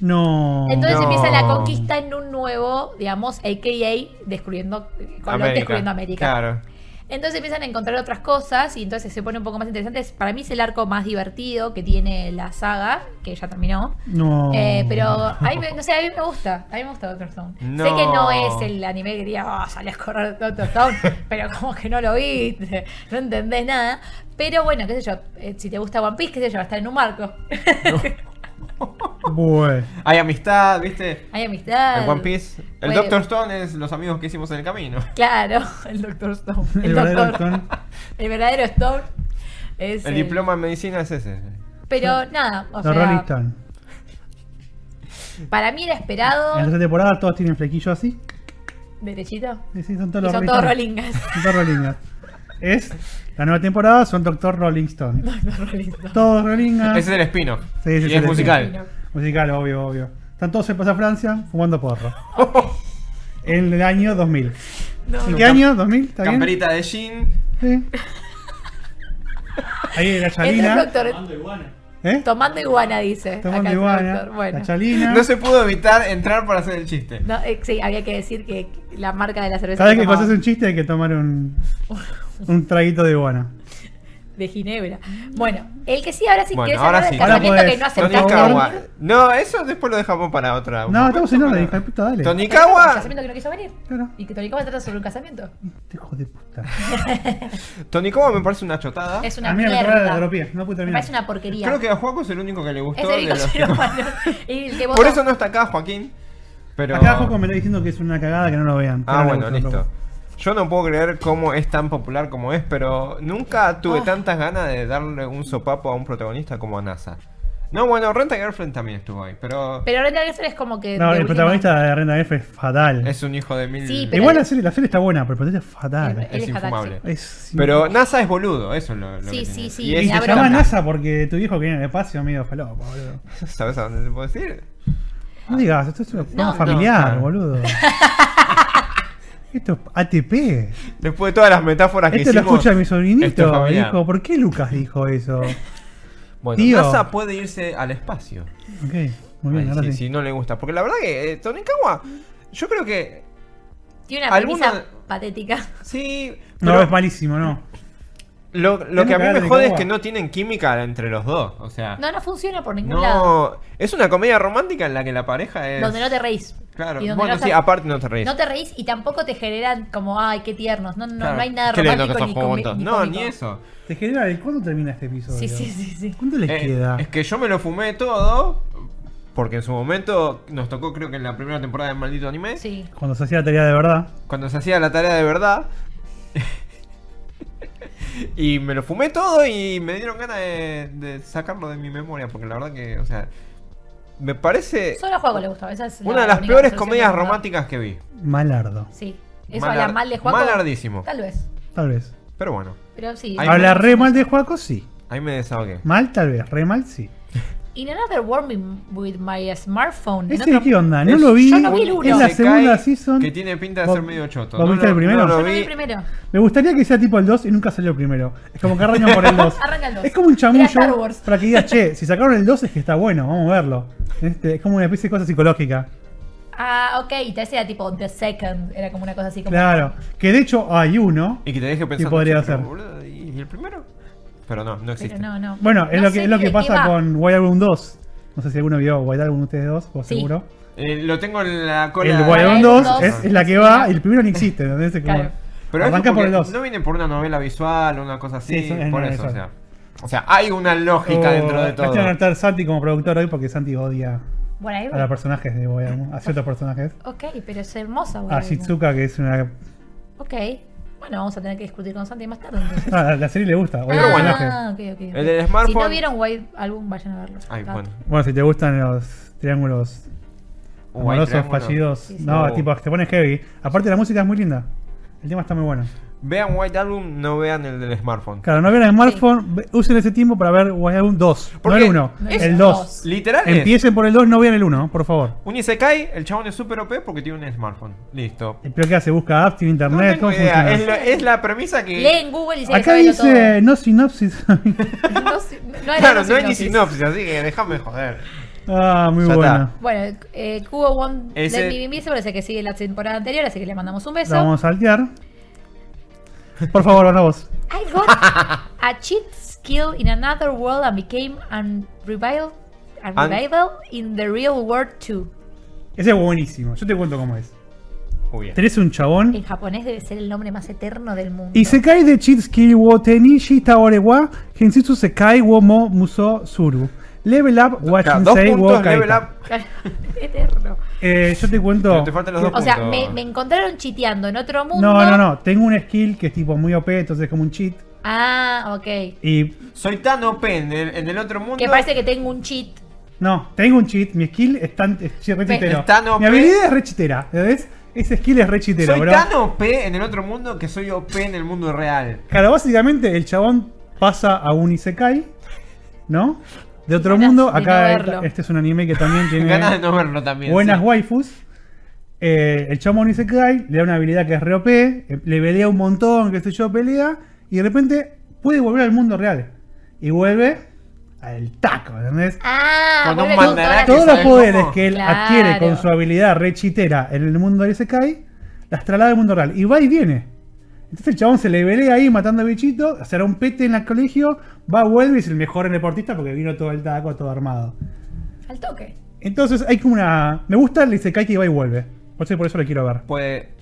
C: No.
A: Entonces
B: No.
A: empieza la conquista en un nuevo, digamos, AKA, descubriendo, con lo- descubriendo América.
B: Claro.
A: Entonces empiezan a encontrar otras cosas y entonces se pone un poco más interesante. Es- Para mí es el arco más divertido que tiene la saga, que ya terminó.
C: No.
A: Eh, pero a mí, me- no sé, a mí me gusta, a mí me gusta Doctor Stone.
B: No.
A: Sé que no es el anime que diría, oh, sale a correr Doctor Stone, pero como que no lo viste, no entendés nada. Pero bueno, qué sé yo, eh, si te gusta One Piece, qué sé yo, va a estar en un marco.
C: Bueno.
B: Hay amistad, ¿viste?
A: Hay amistad.
B: En One Piece. El
A: Puede-
B: Doctor Stone es los amigos que hicimos en el camino.
A: Claro, el Doctor Stone.
C: El
A: El,
C: verdadero
A: Doctor-
C: Stone.
A: el verdadero Stone. Es
B: El diploma en medicina es ese.
A: Pero nada, o
C: Los
A: sea,
C: Rolling Stones.
A: para mí era
C: En la
A: esperado.
C: tercera temporada todos tienen flequillo así.
A: Derechito.
C: Sí, sí, son
A: Y
C: todos los
A: son todos
C: Stones.
A: Rollingas.
C: Son todos Rollingas. Es la nueva temporada, son Doctor Rolling Stone. Todos Rollingas.
B: Ese es el spin-off.
C: Sí, ese
B: y
C: es
B: es,
C: el
B: musical.
C: Musical, obvio, obvio. Están todos en Plaza Francia fumando porro.
B: Oh,
C: en el año 2000. ¿En qué año? ¿2000? ¿Está bien?
B: Camperita de jean.
C: Sí. Ahí
A: Este
C: la
A: es
C: chalina.
A: doctor.
C: ¿Eh?
A: Tomando iguana, dice.
C: Tomando
A: acá el
C: iguana,
A: doctor. Bueno.
C: La chalina.
B: No se pudo evitar entrar para hacer el chiste.
A: No, eh, sí, había que decir que la marca de la cerveza
C: Cada vez
A: que
C: que
A: tomaba
C: pasas un chiste hay que tomar un, un traguito de iguana.
A: de Ginebra. Bueno, el que sí, ahora sí
B: Bueno,
A: que es
B: ahora
A: hablar del
B: sí.
A: casamiento
C: Ahora
A: que no aceptaste.
C: podés. Tonikawa.
A: venir.
B: Tonikawa. No, eso después lo dejamos para otra.
C: No, estamos en orden, hija de puta, dale.
A: El
B: Tonikawa.
A: casamiento que no quiso venir.
C: Claro.
A: Y que Tonikawa trata sobre un casamiento.
C: Este hijo de puta.
B: Tonikawa me parece una chotada.
A: Es una
C: Ah, A mí me
A: mierda.
C: trae la dropié, no pude
A: me
C: terminar.
A: parece una porquería.
B: Creo que a Juaco es el único que le
A: es
B: gustó.
A: el
B: de
A: único
B: los-
A: ser humano. Y el que votó.
B: Por eso no está acá, Joaquín. Pero...
C: Acá Joco me está diciendo que es una cagada que no lo vean.
B: Ah,
C: Pero
B: bueno,
C: le gusta,
B: listo. Yo no puedo creer cómo es tan popular como es, pero nunca tuve
A: Ah.
B: tantas ganas de darle un sopapo a un protagonista como a NASA. No, bueno, Renta Girlfriend también estuvo ahí, pero
A: Pero Renta Gessler es como que.
C: No,
A: de
C: el
A: última-
C: protagonista de Renda F es fatal.
B: es un hijo de mil.
A: Sí, pero-
C: Igual la serie, la serie está buena, pero el protagonista es fatal.
A: Él
B: es
A: es
B: infumable.
A: fatal,
C: Es-
B: Pero NASA es boludo, eso es lo, lo
A: Sí,
B: que
A: sí,
B: tiene.
A: sí,
B: Y
C: Y
A: me
B: es-
C: se
A: abro-
C: llama
A: bronca.
C: NASA porque tu viejo que viene en el espacio medio falopa, boludo.
B: ¿Sabes a dónde te puedo decir?
C: No digas, esto es un programa
A: no,
C: familiar,
B: claro.
C: boludo. Esto es ATP.
B: Después de todas las metáforas Ah, que
C: Esto Este lo
B: hicimos.
C: escucha mi
B: esto es
C: sobrinito.
B: familiar.
C: Dijo, ¿por qué Lucas dijo eso?
B: Bueno,
C: Tío.
B: NASA puede irse al espacio.
C: Ok, muy bien,
B: Ay,
C: ahora
B: sí,
C: sí.
B: Si no le gusta. Porque la verdad que eh, Tonikawa, yo creo que
A: Tiene una premisa
B: Alguna-
A: patética.
B: sí.
C: No,
B: pero
C: es malísimo, no.
B: lo, lo
C: Es
B: que a mí
C: una cagada
B: me
C: de
B: jode es
C: Kawa.
B: que no tienen química entre los dos. O sea,
A: No, no funciona por ningún lado.
B: no. Es una comedia romántica en la que la pareja es.
A: Donde no te reís.
B: Claro,
A: Y donde
B: bueno,
A: no
B: sí,
A: estás-
B: aparte no te reís.
A: No te reís y tampoco te generan como, ay, qué tiernos. No, no,
B: Claro.
A: no hay nada
B: Qué lindo que
A: romántico ni,
B: están
A: come-
B: juntos.
A: ni
B: No,
A: cómico.
B: ni eso.
C: Te genera el cuándo termina este episodio.
A: Sí, sí, sí, sí.
C: ¿Cuánto les
B: Eh,
C: queda?
B: Es que yo me lo fumé todo. Porque en su momento nos tocó, creo que en la primera temporada de Maldito Anime.
A: Sí.
C: Cuando se hacía la tarea de verdad.
B: Cuando se hacía la tarea de verdad. y me lo fumé todo y me dieron ganas de, de sacarlo de mi memoria. Porque la verdad que, o sea. Me parece
A: Solo a Juaco le gustaba. Esa es la
B: una de las
A: única
B: peores
A: resolución
B: comedias
A: que me
B: románticas que vi.
C: Malardo.
A: gustaba. Sí. Eso
B: Malar-
A: habla mal de Juaco.
B: Malardísimo.
A: Tal vez.
C: Tal vez.
B: Pero bueno,
A: Pero sí.
B: Ahí-
C: Hablar re mal de Juaco, sí.
B: ahí me desahogué.
C: Mal, tal vez. Re mal, sí.
A: In another world with- with my smartphone. En
C: ¿Ese
A: otro-
C: ¿Este qué onda? No
B: Es-
C: lo vi.
A: yo no vi el uno.
C: Es la
B: Isekai
C: segunda season.
B: Que tiene pinta de
C: Vos-
B: ser medio choto.
C: ¿vos viste
B: lo-
C: el primero?
B: lo
A: Yo no vi
B: vi.
A: el primero.
C: Me gustaría que sea tipo el 2 y nunca salió el primero. Es como que arrancan por el 2.
A: Arranca el dos.
C: Es como un
A: Era Star
C: chamullo
A: Wars.
C: para que digas, che, si sacaron el 2 es que está bueno, vamos a verlo. Este, es como una especie de cosa psicológica.
A: Ah, ok. Y te decía tipo The Second. Era como una cosa así como.
C: Claro. Que de hecho hay uno.
B: Y que te deje pensando.
C: podría
B: "Che, pero,
C: ser.
B: boludo, ¿Y y el primero? Pero no, no existe.
A: Pero no, no.
C: Bueno, es
A: No
C: lo que,
A: sé
C: es lo
A: ni
C: que
A: de qué
C: pasa
A: va.
C: con White Album 2. No sé si alguno vio White Album ustedes dos, vos
A: Sí.
C: seguro.
B: Eh, lo tengo en la cola.
C: El
A: White
C: White Album
A: Album
C: 2
A: dos
C: es, es
A: es
C: la que
A: la
C: va
A: que
C: y el primero no existe. ¿entendés? Es como-
A: Claro.
B: Pero eso
C: arranca por
B: porque
C: el 2.
B: No viene por una novela visual o una cosa así.
C: Sí, eso es
B: por
C: novela
B: eso, o
C: visual. Oh,
B: sea. O sea, hay una lógica
C: O-
B: dentro de
C: acá
B: todo.
C: tiene que estar Santi como productor hoy porque Santi odia
A: Bueno, ahí
C: a los personajes de White Album, a ciertos personajes.
A: Ok, pero es hermosa, güey.
C: A Shizuka, que es una.
A: Ok. Bueno, vamos a tener que discutir con Santi más tarde. Entonces.
C: Ah, la serie le gusta. odia
B: Pero
C: los
B: bueno.
C: personajes.
A: Ah, ok, ok, ok.
B: El del
A: Si
B: smartphone-
A: no vieron White Album, vayan a verlo.
B: Ay,
A: Gato.
B: bueno.
C: Bueno, si te gustan los triángulos
B: Uh,
C: amorosos,
B: hay triángulo.
C: fallidos,
A: Sí, sí.
C: no,
B: Oh.
C: tipo, te pones heavy. Aparte, la música es muy linda. El tema está muy bueno.
B: Vean White Album, no vean el del smartphone.
C: Claro, no vean el smartphone, ve- usen ese tiempo para ver White Album 2. No
B: Porque
C: el 1,
A: no es
C: el
A: el
C: 2.
B: Literal es,
C: Empiecen por el 2, no vean el 1, por favor.
B: Un Isekai, el chabón es super OP porque tiene un smartphone. Listo.
C: El peor que hace, busca apps, tiene
B: No
C: internet,
B: tengo
C: ¿cómo
B: idea.
C: funciona?
B: Es, la- es la premisa que.
A: Leen Google y se
C: Acá
A: saben lo
C: dice no sinopsis.
A: todo. No, sé- no era
B: Claro, no hay ni
A: sinopsis.
B: sinopsis, así que déjame joder.
C: ah, muy
B: Ya
C: bueno.
A: Bueno, eh, Cubo One
B: Ese-
A: Let Me Be Me, parece que sigue la temporada anterior, así que le mandamos un beso.
C: La vamos a saltear. Por favor, habla vos.
A: I got a cheat skill in another world and became an revival, an
B: An-
A: revival in the real world too.
C: Ese es buenísimo. Yo te cuento cómo es.
B: Muy bien.
C: Tenés un chabón
A: En japonés debe ser el nombre más eterno del mundo.
C: Y se cae de Chitsuki wo Tenishi Taore wa Hensitsu Sekai wo Mo Muso Suru. Level up wa
B: Claro, dos
C: Shinsei wo
B: puntos,
C: Kaita.
B: level up.
A: eterno.
C: Eh, yo te cuento.
B: Pero te faltan los dos
A: O sea,
B: puntos.
A: me, me encontraron chiteando en otro mundo.
C: No, no, no. Tengo un skill que es tipo muy OP, entonces es como un cheat.
A: Ah, ok.
C: Y.
B: Soy tan OP en el, en el otro mundo.
A: Que parece que tengo un cheat.
C: No, tengo un cheat. Mi skill es tan. Es chi- re
A: Pe-
C: chitero.
B: Es tan OP.
C: Mi habilidad es re chitera. ¿Ves? Ese skill es re chitero,
B: soy
C: bro.
B: tan OP en el otro mundo que soy OP en el mundo real.
C: Claro, básicamente el chabón pasa a un Isekai, ¿no? De otro
A: Ganas
C: mundo.
A: de no
C: Acá
A: verlo.
C: este es un anime que también tiene.
B: Ganas de no verlo también.
C: buenas
B: sí.
C: waifus. Eh, el chamón dice que le da una habilidad que es re OP, eh, le pelea un montón, que sé yo, pelea, y de repente puede volver al mundo real. Y vuelve al taco, ¿entendés?
A: Ah,
B: Con un
A: vuelve todas
B: mandarake,
A: las-
C: Todos los
B: ¿sabes cómo?
C: poderes que él
A: Claro.
C: adquiere con su habilidad re chitera en el mundo de Isekai, las traslada al mundo real. Y va y viene. Entonces el chabón se le pelea ahí matando bichitos, será un pete en el colegio, va, vuelve y es el mejor deportista porque vino todo el taco, todo armado.
A: Al toque.
C: Entonces hay como una. Me gusta el Isekai que va y vuelve. Por eso, por eso lo quiero ver.
B: Puede.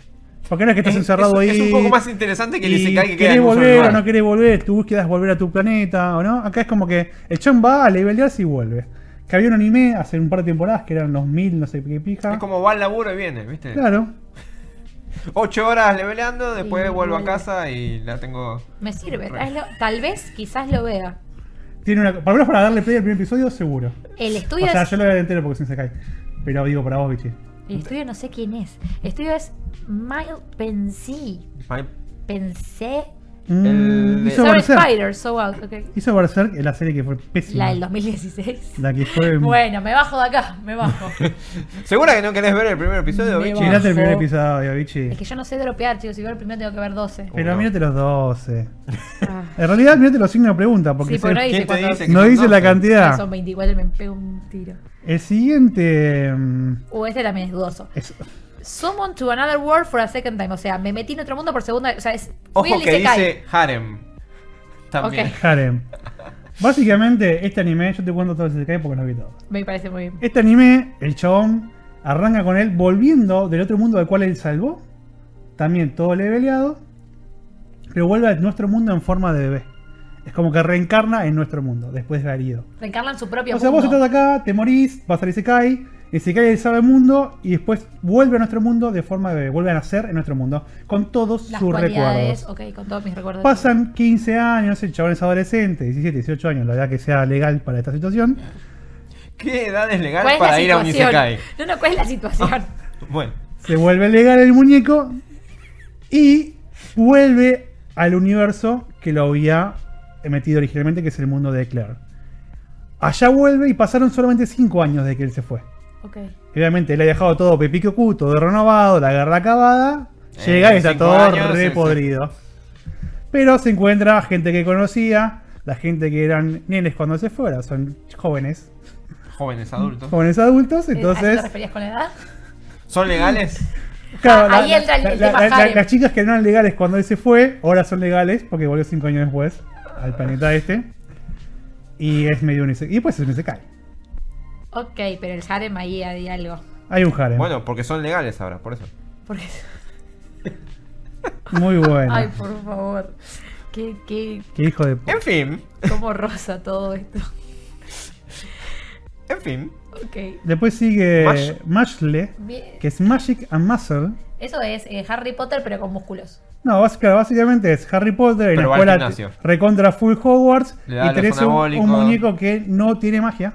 C: Porque no es que estás
B: es-
C: encerrado
B: es-
C: ahí.
B: Es un poco más interesante que el
C: y
B: Isekai que queda
C: querés
B: en un solo
C: volver o
B: lugar.
C: no querés volver, tu búsqueda es volver a tu planeta o no. Acá es como que el chon va a levelearse y vuelve. Que había un anime hace un par de temporadas que eran los mil, no sé qué pija.
B: Es como va al laburo y viene, ¿viste?
C: Claro.
B: Ocho horas leveleando, después
A: Y
B: vuelvo a
A: vuelve.
B: casa y la tengo.
A: Me sirve. Tal, tal vez, quizás lo vea.
C: Tiene una, por lo menos para darle play al primer episodio, seguro.
A: El estudio
C: O sea,
A: es.
C: yo lo voy a entero porque es un Isekai. Pero digo para vos, bichi.
A: El estudio no sé quién es. El estudio es Mild Pensé.
B: Ay,
A: Pensé.
C: Mm,
B: El de-
C: hizo
A: Sobre
C: Berserk.
A: Spider, so out, ok.
C: Hizo Berserk en la serie que fue pésima.
A: La del 2016.
C: La que fue.
A: Bueno, me bajo de acá, me bajo.
B: ¿Segura que no querés ver el primer episodio,
A: Me
B: bichi?
A: va.
C: Mirate el primer
A: Ojo.
C: episodio, bichi.
A: es que yo no sé dropear, chicos. Si veo el primero tengo que ver 12.
C: Pero
B: Uno.
C: mírate los 12.
A: Ah.
C: En realidad, mírate los signos de pregunta, porque
A: Sí, porque no
C: se-
A: dice
B: ¿Quién te
A: cuántos-
B: dice que
C: no
B: son
C: dice la
B: 12?
A: Ah,
C: cantidad.
A: Son 24 y me pego un tiro.
C: El siguiente. mm,
A: O este también es dudoso.
C: es-
A: Summon to another world for a second time. O sea, me metí en otro mundo por segunda O sea, es. fui
B: Ojo
A: al
B: que
A: Isekai.
B: dice harem. También.
A: Ok.
C: Harem. Básicamente, este anime, yo te cuento todo el Isekai porque no vi todo.
A: Me parece muy bien.
C: Este anime, el chabón arranca con él volviendo del otro mundo al cual él salvó. También todo leveleado. Pero vuelve a nuestro mundo en forma de bebé. Es como que reencarna en nuestro mundo después de haber ido.
A: Reencarnan su propio
C: O sea, vos
A: mundo.
C: estás acá, te morís, vas al Isekai, el Isekai salva el mundo y después vuelve a nuestro mundo de forma de bebé. Vuelve a nacer en nuestro mundo con todos
A: Las
C: sus
A: cualidades,
C: recuerdos.
A: ok, con todos mis recuerdos.
C: Pasan 15 años, el chabón es adolescente, 17, 18 años, la edad que sea legal para esta situación.
B: ¿Qué edad es legal
A: ¿Cuál es
B: para
A: la
B: ir a un
A: situación?
B: Isekai?
A: No, no, ¿cuál es la situación?
B: Bueno,
C: se vuelve legal el muñeco y vuelve al universo que lo había metido originalmente, que es el mundo de Claire. Allá vuelve y pasaron solamente 5 años de que él se fue.
A: ok.
C: Y Obviamente, él ha dejado todo pepique Q, todo renovado, la guerra acabada.
B: Eh,
C: Llega y está
B: cinco
C: todo
B: años, sí, sí.
C: repodrido. Pero se encuentra gente que conocía, la gente que eran nenes cuando se fuera, son jóvenes,
B: jóvenes adultos.
C: jóvenes adultos,
A: ¿A eso
C: entonces...
A: te referías con la edad?
B: ¿Son legales?
C: Claro,
A: Ah, ahí entra el- el tema harem.
C: Las chicas que no eran legales cuando él se fue, ahora son legales porque volvió cinco años después al planeta este. Y es medio un isekai. Y pues es un isekai.
A: Ok, pero el harem ahí hay algo.
C: Hay un harem.
B: Bueno, porque son legales ahora, por eso.
A: Porque...
C: Muy bueno.
A: Ay, por favor. Qué, qué,
C: Qué hijo de... p-
B: En fin,
A: cómo rosa todo esto.
B: en fin.
A: Ok.
C: Después sigue
B: Mash-
C: Mashle,
A: Bien.
C: que es Magic and Muscle.
A: Eso es eh, Harry Potter, pero con músculos.
C: No, bás- claro, básicamente es Harry Potter en
B: Pero va
C: la
B: al
C: escuela
B: gimnasio.
C: te- recontra full Hogwarts
B: Le da
C: y
B: los
C: tenés un,
B: anabólicos.
C: un muñeco que no tiene magia.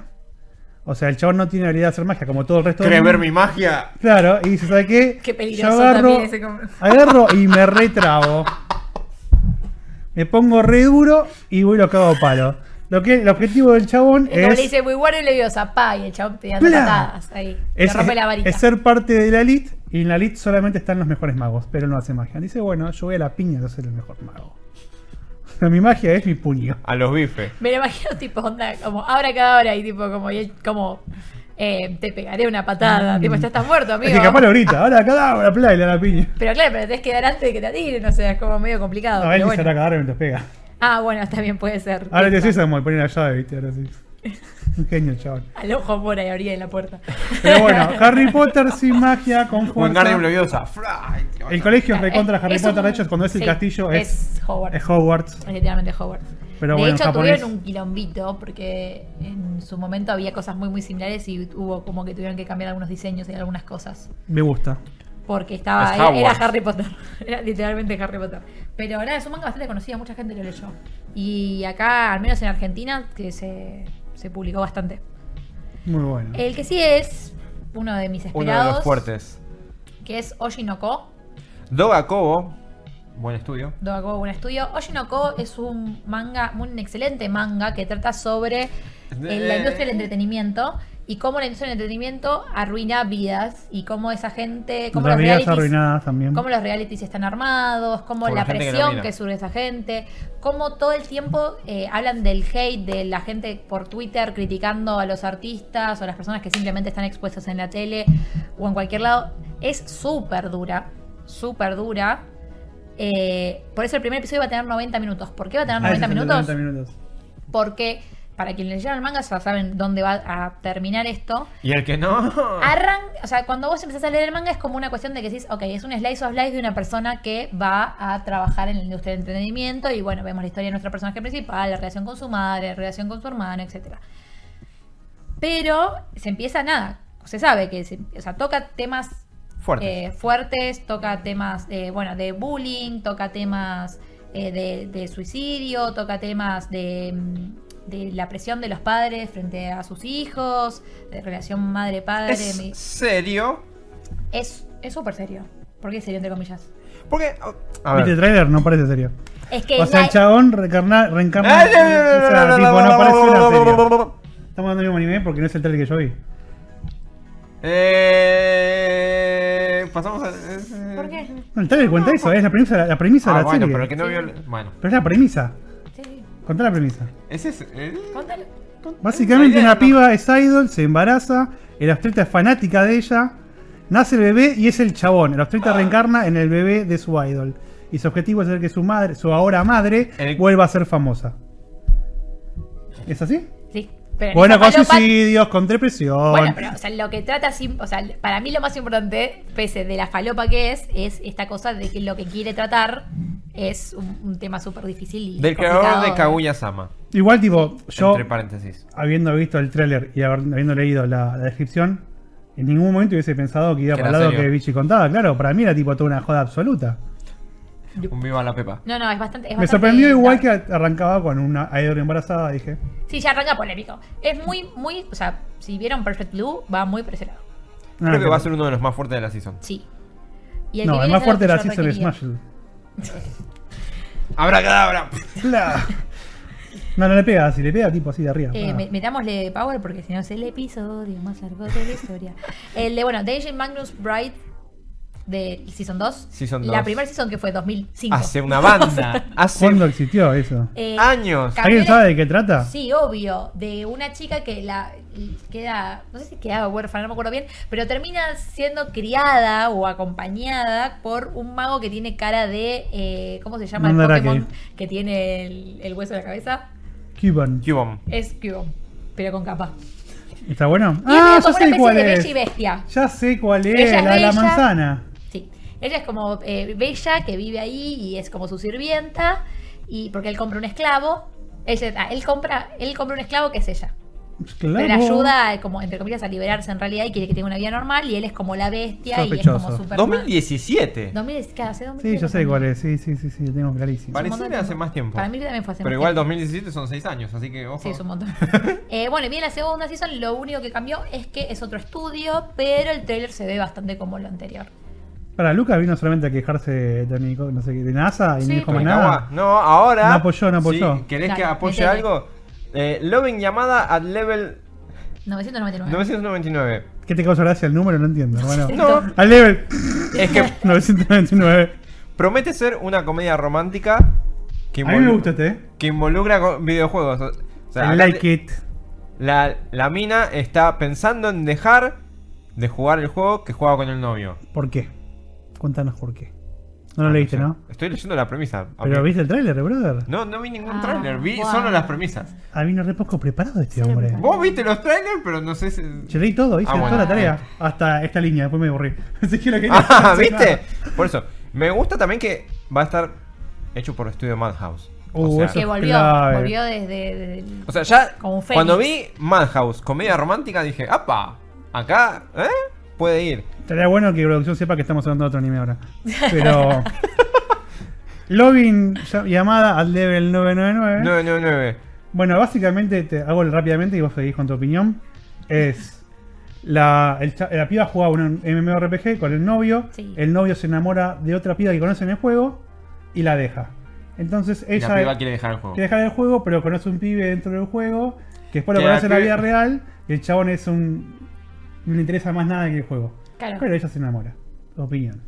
C: O sea, el chabón no tiene habilidad de hacer magia como todo el resto del
B: ¿Querés ver
C: mundo.
B: mi magia?
C: Claro, y dice, ¿sabe qué?
A: Qué peligroso
C: Yo agarro,
A: también ese com-
C: agarro y me retrabo. Me pongo re duro y voy y lo cago a palo. Lo que, el objetivo del chabón
A: Es como le
C: es,
A: dice, muy bueno y leviosa, pa, y el chabón te da
C: ¡Pla!
A: patadas ahí.
C: es,
A: te rompe la varita.
C: es ser parte de la elite. Y en la elite solamente están los mejores magos, pero él no hace magia. Dice, bueno, yo voy a la piña de ser el mejor mago. mi magia es mi puño.
B: A los bifes.
A: Me lo imagino tipo onda, como ahora cada hora y tipo como, y él- como eh, te pegaré una patada, tipo, ya estás muerto,
C: Mm. Es
A: amigo.
C: que capaz lo grita, ahora cadabra, bla, y le da la piña.
A: Pero claro, pero tenés que dar antes de que te tiren, o sea, es como medio complicado.
C: No, él
A: Ah, pero
C: dice
A: bueno.
C: ahora cadabra mientras pega.
A: Ah, bueno, está bien, puede ser.
C: Ahora te
A: Listo.
C: decís, y poner la llave, viste, ahora sí. Un genio, el chabón.
A: Al ojo por ahí abría en la puerta.
C: Pero bueno, Harry Potter sin magia, con fuerza.
B: Wingardium Leviosa. Fra, y te
C: El
B: levanta.
C: colegio es recontra Harry
A: Eh, Es
C: Potter,
A: un-
C: de hecho, es cuando es el
A: sí,
C: castillo es,
A: Es Hogwarts.
C: es Hogwarts.
A: Es literalmente Hogwarts.
C: Pero
A: de
C: bueno,
A: hecho,
C: en japonés-
A: tuvieron un quilombito porque en su momento había cosas muy muy similares y hubo como que tuvieron que cambiar algunos diseños y algunas cosas.
C: Me gusta.
A: Porque estaba.
B: Es
A: Era, era
B: Hogwarts.
A: Harry Potter. Era literalmente Harry Potter. Pero nada, es un manga bastante conocido, mucha gente lo leyó. Y acá, al menos en Argentina, que se, se publicó bastante.
C: Muy bueno.
A: El que sí es uno de mis
B: Uno de
A: esperados.
B: los fuertes.
A: Que es Oshinoko.
B: Doga Kobo. Buen estudio.
A: Dogakubo Buen Estudio. Oshinoko es un manga, un excelente manga que trata sobre eh, la industria del entretenimiento y cómo la industria del entretenimiento arruina vidas y cómo esa gente, cómo
C: Las
A: los
C: vidas
A: realities,
C: arruinadas también.
A: cómo los realities están armados, cómo
B: Por
A: la
B: la gente que
A: presión
B: no mira.
A: que, sube esa gente, cómo todo el tiempo eh, hablan del hate de la gente por Twitter criticando a los artistas o las personas que simplemente están expuestas en la tele o en cualquier lado. Es súper dura, súper dura. Eh, por eso el primer episodio va a tener 90 minutos. ¿Por qué va a tener
C: Ah, ese
A: 90
C: es el de
A: minutos?
C: 90 minutos.
A: Porque para quienes leyeron el manga ya saben dónde va a terminar esto.
B: Y el que no.
A: Arran o sea, cuando vos empezás a leer el manga es como una cuestión de que decís, ok, es un slice of life de una persona que va a trabajar en la industria del entretenimiento y bueno, vemos la historia de nuestro personaje principal, la relación con su madre, la relación con su hermano, etcétera. Pero se empieza nada, se sabe que se, o sea, toca temas
B: Fuertes.
A: eh, fuertes, toca temas eh, bueno, de bullying, toca temas eh, de, de suicidio, toca temas de, mm, de la presión de los padres frente a sus hijos, de relación madre-padre. mi-
B: es serio.
A: Es es súper serio. ¿Por qué serio, entre comillas?
B: Porque. oh, A
C: Viste,
B: ver.
C: el trailer no parece serio.
A: Es que
C: O sea, el
A: la-
C: chabón reencarna, reencarna.
B: Ay,
C: o
B: no, no,
C: sea,
B: no, no,
C: tipo,
B: no,
C: no
B: no,
C: parece
B: no,
C: una
B: no, no,
C: serie.
B: no, no, no.
C: Estamos dando el mismo anime porque no es el trailer que yo vi.
B: Eh, Pasamos a. es, eh,
A: ¿Por qué?
C: No, el trailer cuenta eso, es la premisa, la premisa de
B: Ah,
C: la
B: bueno,
C: serie.
B: pero el que no vio. el- Bueno,
C: Pero es la premisa.
A: Sí, sí.
C: Contá la premisa.
B: ese es. eh,
A: Contale.
C: Básicamente
B: idea,
C: una
B: ¿no?
C: piba es idol, se embaraza, el obstreta es fanática de ella, nace el bebé y es el chabón. El obstreta reencarna en el bebé de su idol. Y su objetivo es hacer que su madre, su ahora madre,
B: El-
C: vuelva a ser famosa. ¿Es así?
A: Sí. Pero en
C: Bueno,
A: esa
C: con
A: falopa-
C: suicidios, con depresión.
A: Bueno, pero o sea, lo que trata, sim- o sea, para mí lo más importante, pese de la falopa que es, es esta cosa de que lo que quiere tratar es un, un tema súper difícil y
B: Del creador
A: complicado.
B: de Kaguya Sama.
C: Igual, tipo, yo,
B: Entre paréntesis.
C: habiendo visto el tráiler y haber- habiendo leído la, la descripción, en ningún momento hubiese pensado que iba
B: Que
C: para el
B: era
C: lado
B: serio.
C: que Vichy contaba. Claro, para mí era tipo toda una joda absoluta.
B: Un viva la pepa.
A: No, no, es bastante. es
C: Me
A: bastante-
C: sorprendió igual
A: no.
C: que arrancaba con una idol embarazada, dije.
A: Sí, ya arranca polémico. Es muy, muy. O sea, si vieron Perfect Blue, va muy por ese lado.
C: "Ah,
B: Creo que
C: claro".
B: va a ser uno de los más fuertes de la season.
A: Sí. Y que
C: No,
A: viene
C: el más
A: es algo
C: fuerte
A: que
C: era
A: yo
C: Season
A: requería.
C: Smash.
B: Habrá cadabra.
C: Claro. No, no le pega, si le pega tipo así de arriba.
A: Eh,
C: Ah.
A: me- metámosle power porque si no es el episodio más largo de la historia. El de, bueno, de Agent Magnus Bright de Season 2.
B: Season Ah,
A: La
B: 2.
A: primera Season que fue 2005.
B: Hace una banda. Hace
C: ¿Cuándo existió eso?
A: Eh,
B: años.
A: ca-
C: ¿Alguien
A: cambió
C: sabe
A: la-
C: de qué trata?
A: Sí, obvio, de una chica que la queda, no sé si quedaba huérfana, no me acuerdo bien, pero termina siendo criada o acompañada por un mago que tiene cara de, eh, ¿cómo se llama? el
C: Mandarake.
A: Pokémon que tiene el, el hueso de la cabeza.
C: Cuban.
B: Cubon.
A: Es Cubone, pero con capa.
C: ¿Está bueno?
A: Y es medio como
C: Ah, ya
A: una
C: sé
A: especie
C: cuál
A: de bella y
C: es.
A: bestia.
C: Ya sé cuál es,
A: Ella es
C: la de la
A: bella.
C: manzana.
A: Sí. Ella es como eh, bella, que vive ahí y es como su sirvienta, y porque él compra un esclavo. Ella, ah, él compra, él compra un esclavo que es ella.
C: Claro.
A: Pero la ayuda, eh, como entre comillas, a liberarse en realidad y quiere que tenga una vida normal. Y él es como la bestia y es como
C: Sospechoso.
A: super.
B: 2017.
A: 2010, claro, hace 2010,
C: Sí, yo sé cuál es. Sí, sí, sí, sí, lo tengo clarísimo.
A: un montón de
B: Pareciera hace
A: tiempo.
B: más tiempo.
A: Para mí también fue hace
B: Pero
A: más
B: igual
A: tiempo.
B: 2017 son 6 años, así que ojo.
A: Sí, es un montón. Eh, bueno, y bien, la segunda season lo único que cambió es que es otro estudio, pero el trailer se ve bastante como lo anterior.
C: Para Lucas vino solamente a quejarse de, Nico- no sé, qué, de NASA y
A: Sí,
C: no dijo
A: porque
B: Pero
C: más nada.
B: Kawa- No, ahora.
C: No apoyó, no apoyó.
B: Si ¿Querés que
A: Dale,
B: apoye
A: metele.
B: algo? Eh, Loven llamada at level
A: 999.
B: 999.
C: ¿Qué te causa gracia el número? No entiendo. Bueno,
B: No,
C: al level
B: es que
C: 999.
B: promete ser una comedia romántica que,
C: A mí me
B: involu-
C: gusta este. eh.
B: que involucra go- videojuegos. O o sea,
C: I
B: acá
C: like
B: te-
C: it.
B: La, la mina está pensando en dejar de jugar el juego que jugaba con el novio.
C: ¿Por qué? Cuéntanos por qué. No lo leíste, ¿no?
B: Estoy leyendo la premisa.
C: Pero
B: Ah, Ok.
C: viste el tráiler, brother.
B: No, no vi ningún
A: Ah,
B: tráiler, vi
A: bueno.
B: solo las premisas.
C: Ah, vino re poco preparado este hombre.
B: Vos viste los trailers, pero no sé si...
C: Yo leí todo, hice
B: Ah, bueno.
C: toda la tarea. Hasta esta línea, después me aburrí. Así que lo quería.
B: Ah,
C: hacer
B: ¿viste?
C: nada.
B: Por eso, me gusta también que va a estar hecho por Estudio Madhouse.
C: Uh,
B: o,
C: eso-
A: Que
B: sea,
A: volvió,
C: Clave.
A: volvió desde. desde el-
B: o sea, ya
A: como un fénix.
B: cuando vi Madhouse, comedia romántica, dije, ¡apa! Acá, ¿eh? Puede ir.
A: ¿Eh?
C: Estaría bueno que producción sepa que estamos hablando de otro anime ahora. Pero. Login ya- llamada al level 999.
B: 999.
C: Bueno, básicamente te hago el- rápidamente y vos seguís con tu opinión. Es. La, el cha- la piba jugaba un MMORPG con el novio.
A: Sí.
C: El novio se enamora de otra piba que conoce en el juego y la deja. Entonces
B: Y
C: ella.
B: La piba quiere dejar el juego.
C: Quiere dejar el juego, pero conoce un pibe dentro del juego que después lo
B: Que
C: conoce en la
B: aquí-
C: vida real y el chabón es un. No le interesa más nada que el juego.
A: Claro.
C: Pero ella se enamora. Opinión.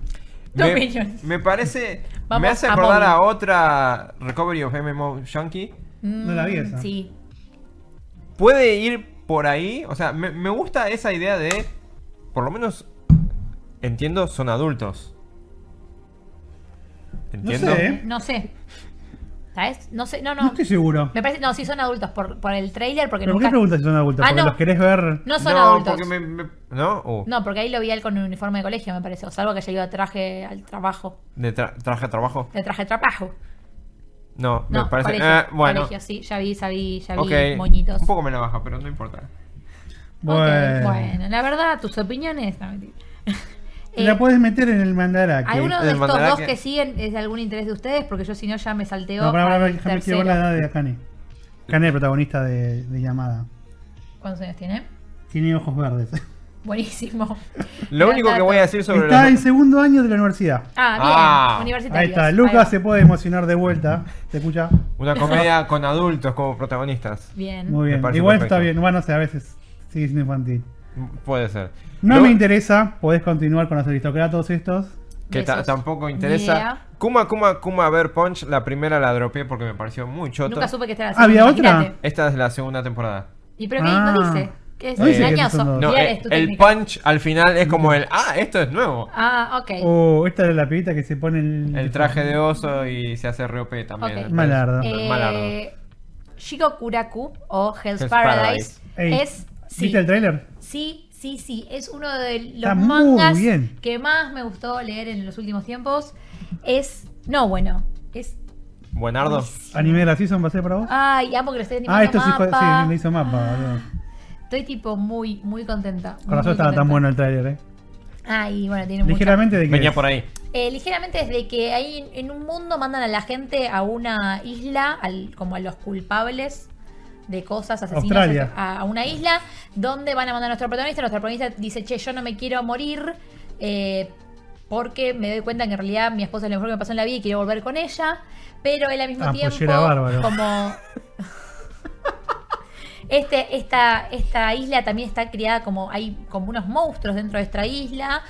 A: Tu
B: Me,
A: opinión.
B: me parece... me
A: Vamos
B: hace
A: a
B: acordar
A: Bobby.
B: a otra Recovery of MMO Junkie.
C: No la vi
A: Mm,
C: esa.
A: Sí.
B: puede ir por ahí. O sea, me, me gusta esa idea de. Por lo menos. Entiendo, son adultos. Entiendo.
C: sé, ¿eh?
A: No sé. ¿Sabes? No sé, no,
C: No
A: no.
C: estoy seguro.
A: Me parece, no, sí son adultos por, por el trailer, porque
C: ¿Pero por qué
A: nunca.
C: preguntas si son adultos?
A: Ah,
C: Porque
A: no.
C: los querés ver.
A: No son
B: no,
A: adultos.
B: porque me. me- ¿No? Uh,
A: No, porque ahí lo vi a él con un uniforme de colegio, me parece. O salvo que haya ido de traje al trabajo.
B: ¿De tra- traje a trabajo?
A: De traje de trabajo.
B: No,
A: No,
B: me parece.
A: colegio,
B: eh, bueno.
A: colegio, sí. Ya vi, ya vi, ya vi
B: ok.
A: moñitos.
B: Un poco me la baja, pero no importa.
A: Ok,
C: Bueno.
A: bueno, la verdad, tus opiniones. No, mentira. Eh,
C: La puedes meter en el mandarake.
A: ¿Alguno de
B: el
A: estos dos
B: mandarake.
A: que siguen es de algún interés de ustedes? Porque yo, si no, ya me salteo.
C: No, pará, pará,
A: al
C: déjame quiero ver la
A: tercero.
C: edad de Akane. Akane, el protagonista de, de llamada.
A: ¿Cuántos años tiene?
C: Tiene ojos verdes.
A: Buenísimo.
B: Lo
A: Gran
B: único que
A: dato.
B: voy a decir sobre
C: Está
B: los-
C: en segundo año de la universidad.
A: Ah,
B: Ah,
A: bien. Universitario.
C: Ahí está, Lucas se puede emocionar de vuelta. ¿Se escucha?
B: una comedia con adultos como protagonistas.
A: Bien.
C: Muy bien.
B: parece
C: Igual
B: perfecto.
C: está bien. Bueno, no sé, a veces sigue siendo infantil.
B: Puede ser.
C: No
B: Lo-
C: me interesa, podés continuar con los aristocratos estos.
B: Que ta-
A: Besos.
B: tampoco interesa.
A: Yeah.
B: Kuma Kuma Kuma Ver Punch, la primera la dropeé porque me pareció muy chota.
A: Nunca supe que estaba
C: ¿Había otra?
B: Esta es la segunda temporada.
A: ¿Y pero qué
C: Ah.
A: no dice? ¿Qué es
C: No
B: dice que
A: engañoso?
C: son dos.
B: No,
A: Bien,
B: eh,
A: es tu
B: el
A: técnica.
B: punch al final es como el, ah, esto es nuevo.
A: Ah, ok.
C: O esta es la pibita que se pone el.
B: El traje de oso y se hace reope también.
A: Ok.
B: me parece.
C: Malardo.
A: Eh,
B: Malardo.
A: Shigokuraku o Hell's,
B: Hell's
A: Paradise,
C: Ey,
A: es sí,
C: ¿Viste el trailer?
A: sí, sí, sí, es uno de los
C: Está muy
A: mangas
C: bien.
A: que más me gustó leer en los últimos tiempos. Es no, bueno, es
B: Buenardo.
C: ¿Anime de la season va a ser para vos?
A: ay, amo que lo esté Ah, animando
C: Ah, esto sí, fue- sí,
A: mapa. Ah,
C: lo hizo mapa, boludo.
A: Estoy tipo muy muy contenta.
C: Con razón
A: muy
C: estaba tan
A: contenta.
C: bueno el trailer, eh.
A: Ay, bueno, tiene mucha-
C: Ligeramente de que.
B: Venía por ahí.
A: Eh, ligeramente desde que ahí en- en un mundo mandan a la gente a una isla, al- como a los culpables de cosas, asesinos,
C: Australia.
A: a, a una isla, donde van a mandar a nuestro protagonista. Nuestro protagonista dice, che, yo no me quiero morir. eh, porque me doy cuenta que en realidad mi esposa es lo mejor que me pasó en la vida y quiero volver con ella. Pero él al mismo
C: Ah,
A: tiempo,
C: pollera bárbaro.
A: como este, esta, esta isla también está criada como hay como unos monstruos dentro de esta isla.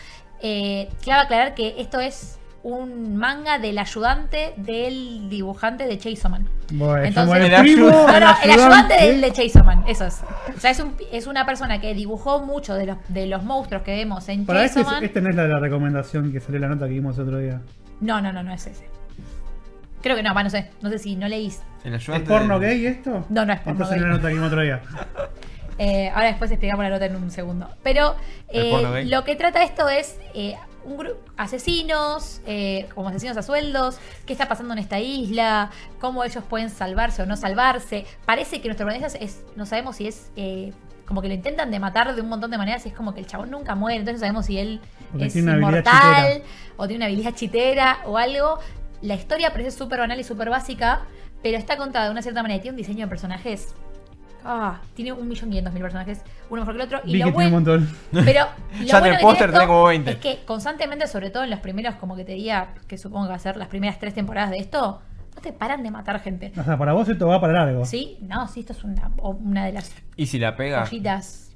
A: Eh, claro aclarar que esto es un manga del ayudante del dibujante de Chaseoman.
C: Bueno,
A: Entonces-
C: llamó al
B: El
C: primo,
B: ayudante.
A: No,
C: al
A: no, el ayudante del
C: Ah, ayudante.
A: de Chaseoman, eso es. O sea, es, un- es una persona que dibujó mucho de los, de los monstruos que vemos en
C: Para este,
A: Chaseoman.
C: esta no es la de la recomendación que salió en la nota que vimos otro día.
A: No, no, no, no es ese. Creo que no, va, no sé. No sé si no leís.
B: El
C: ¿Es
B: ayudante
C: porno
B: del-
C: gay esto?
A: No, no es porno
C: Entonces
A: gay.
C: la nota que vimos otro día.
A: Eh, ahora después explicamos la nota en un segundo. Pero
B: El
A: eh,
B: porno gay.
A: lo que trata esto es eh, un grupo asesinos, eh, como asesinos a sueldos, qué está pasando en esta isla, cómo ellos pueden salvarse o no salvarse. Parece que nuestro protagonista es, no sabemos si es eh, como que lo intentan de matar de un montón de maneras y es como que el chabón nunca muere, entonces no sabemos si él
C: Porque
A: es
C: tiene una habilidad
A: inmortal
C: chitera.
A: o tiene una habilidad chitera o algo. La historia parece súper banal y súper básica, pero está contada de una cierta manera y tiene un diseño de personajes Ah, tiene un millón quinientos mil personajes, uno mejor que el otro. Y
C: Vi
A: lo
C: que tiene un
A: bueno.
C: montón.
A: Pero lo
B: Ya en el
A: bueno que
B: póster
A: tiene esto
B: tengo 20.
A: Es que constantemente, sobre todo en los primeros, como que te diga, que supongo que va a ser las primeras tres temporadas de esto, no te paran de matar gente.
C: O sea, para vos esto va para largo.
A: ¿Sí? No, sí, esto es una, o- una de las
B: ¿Y si la pega?
A: joyitas.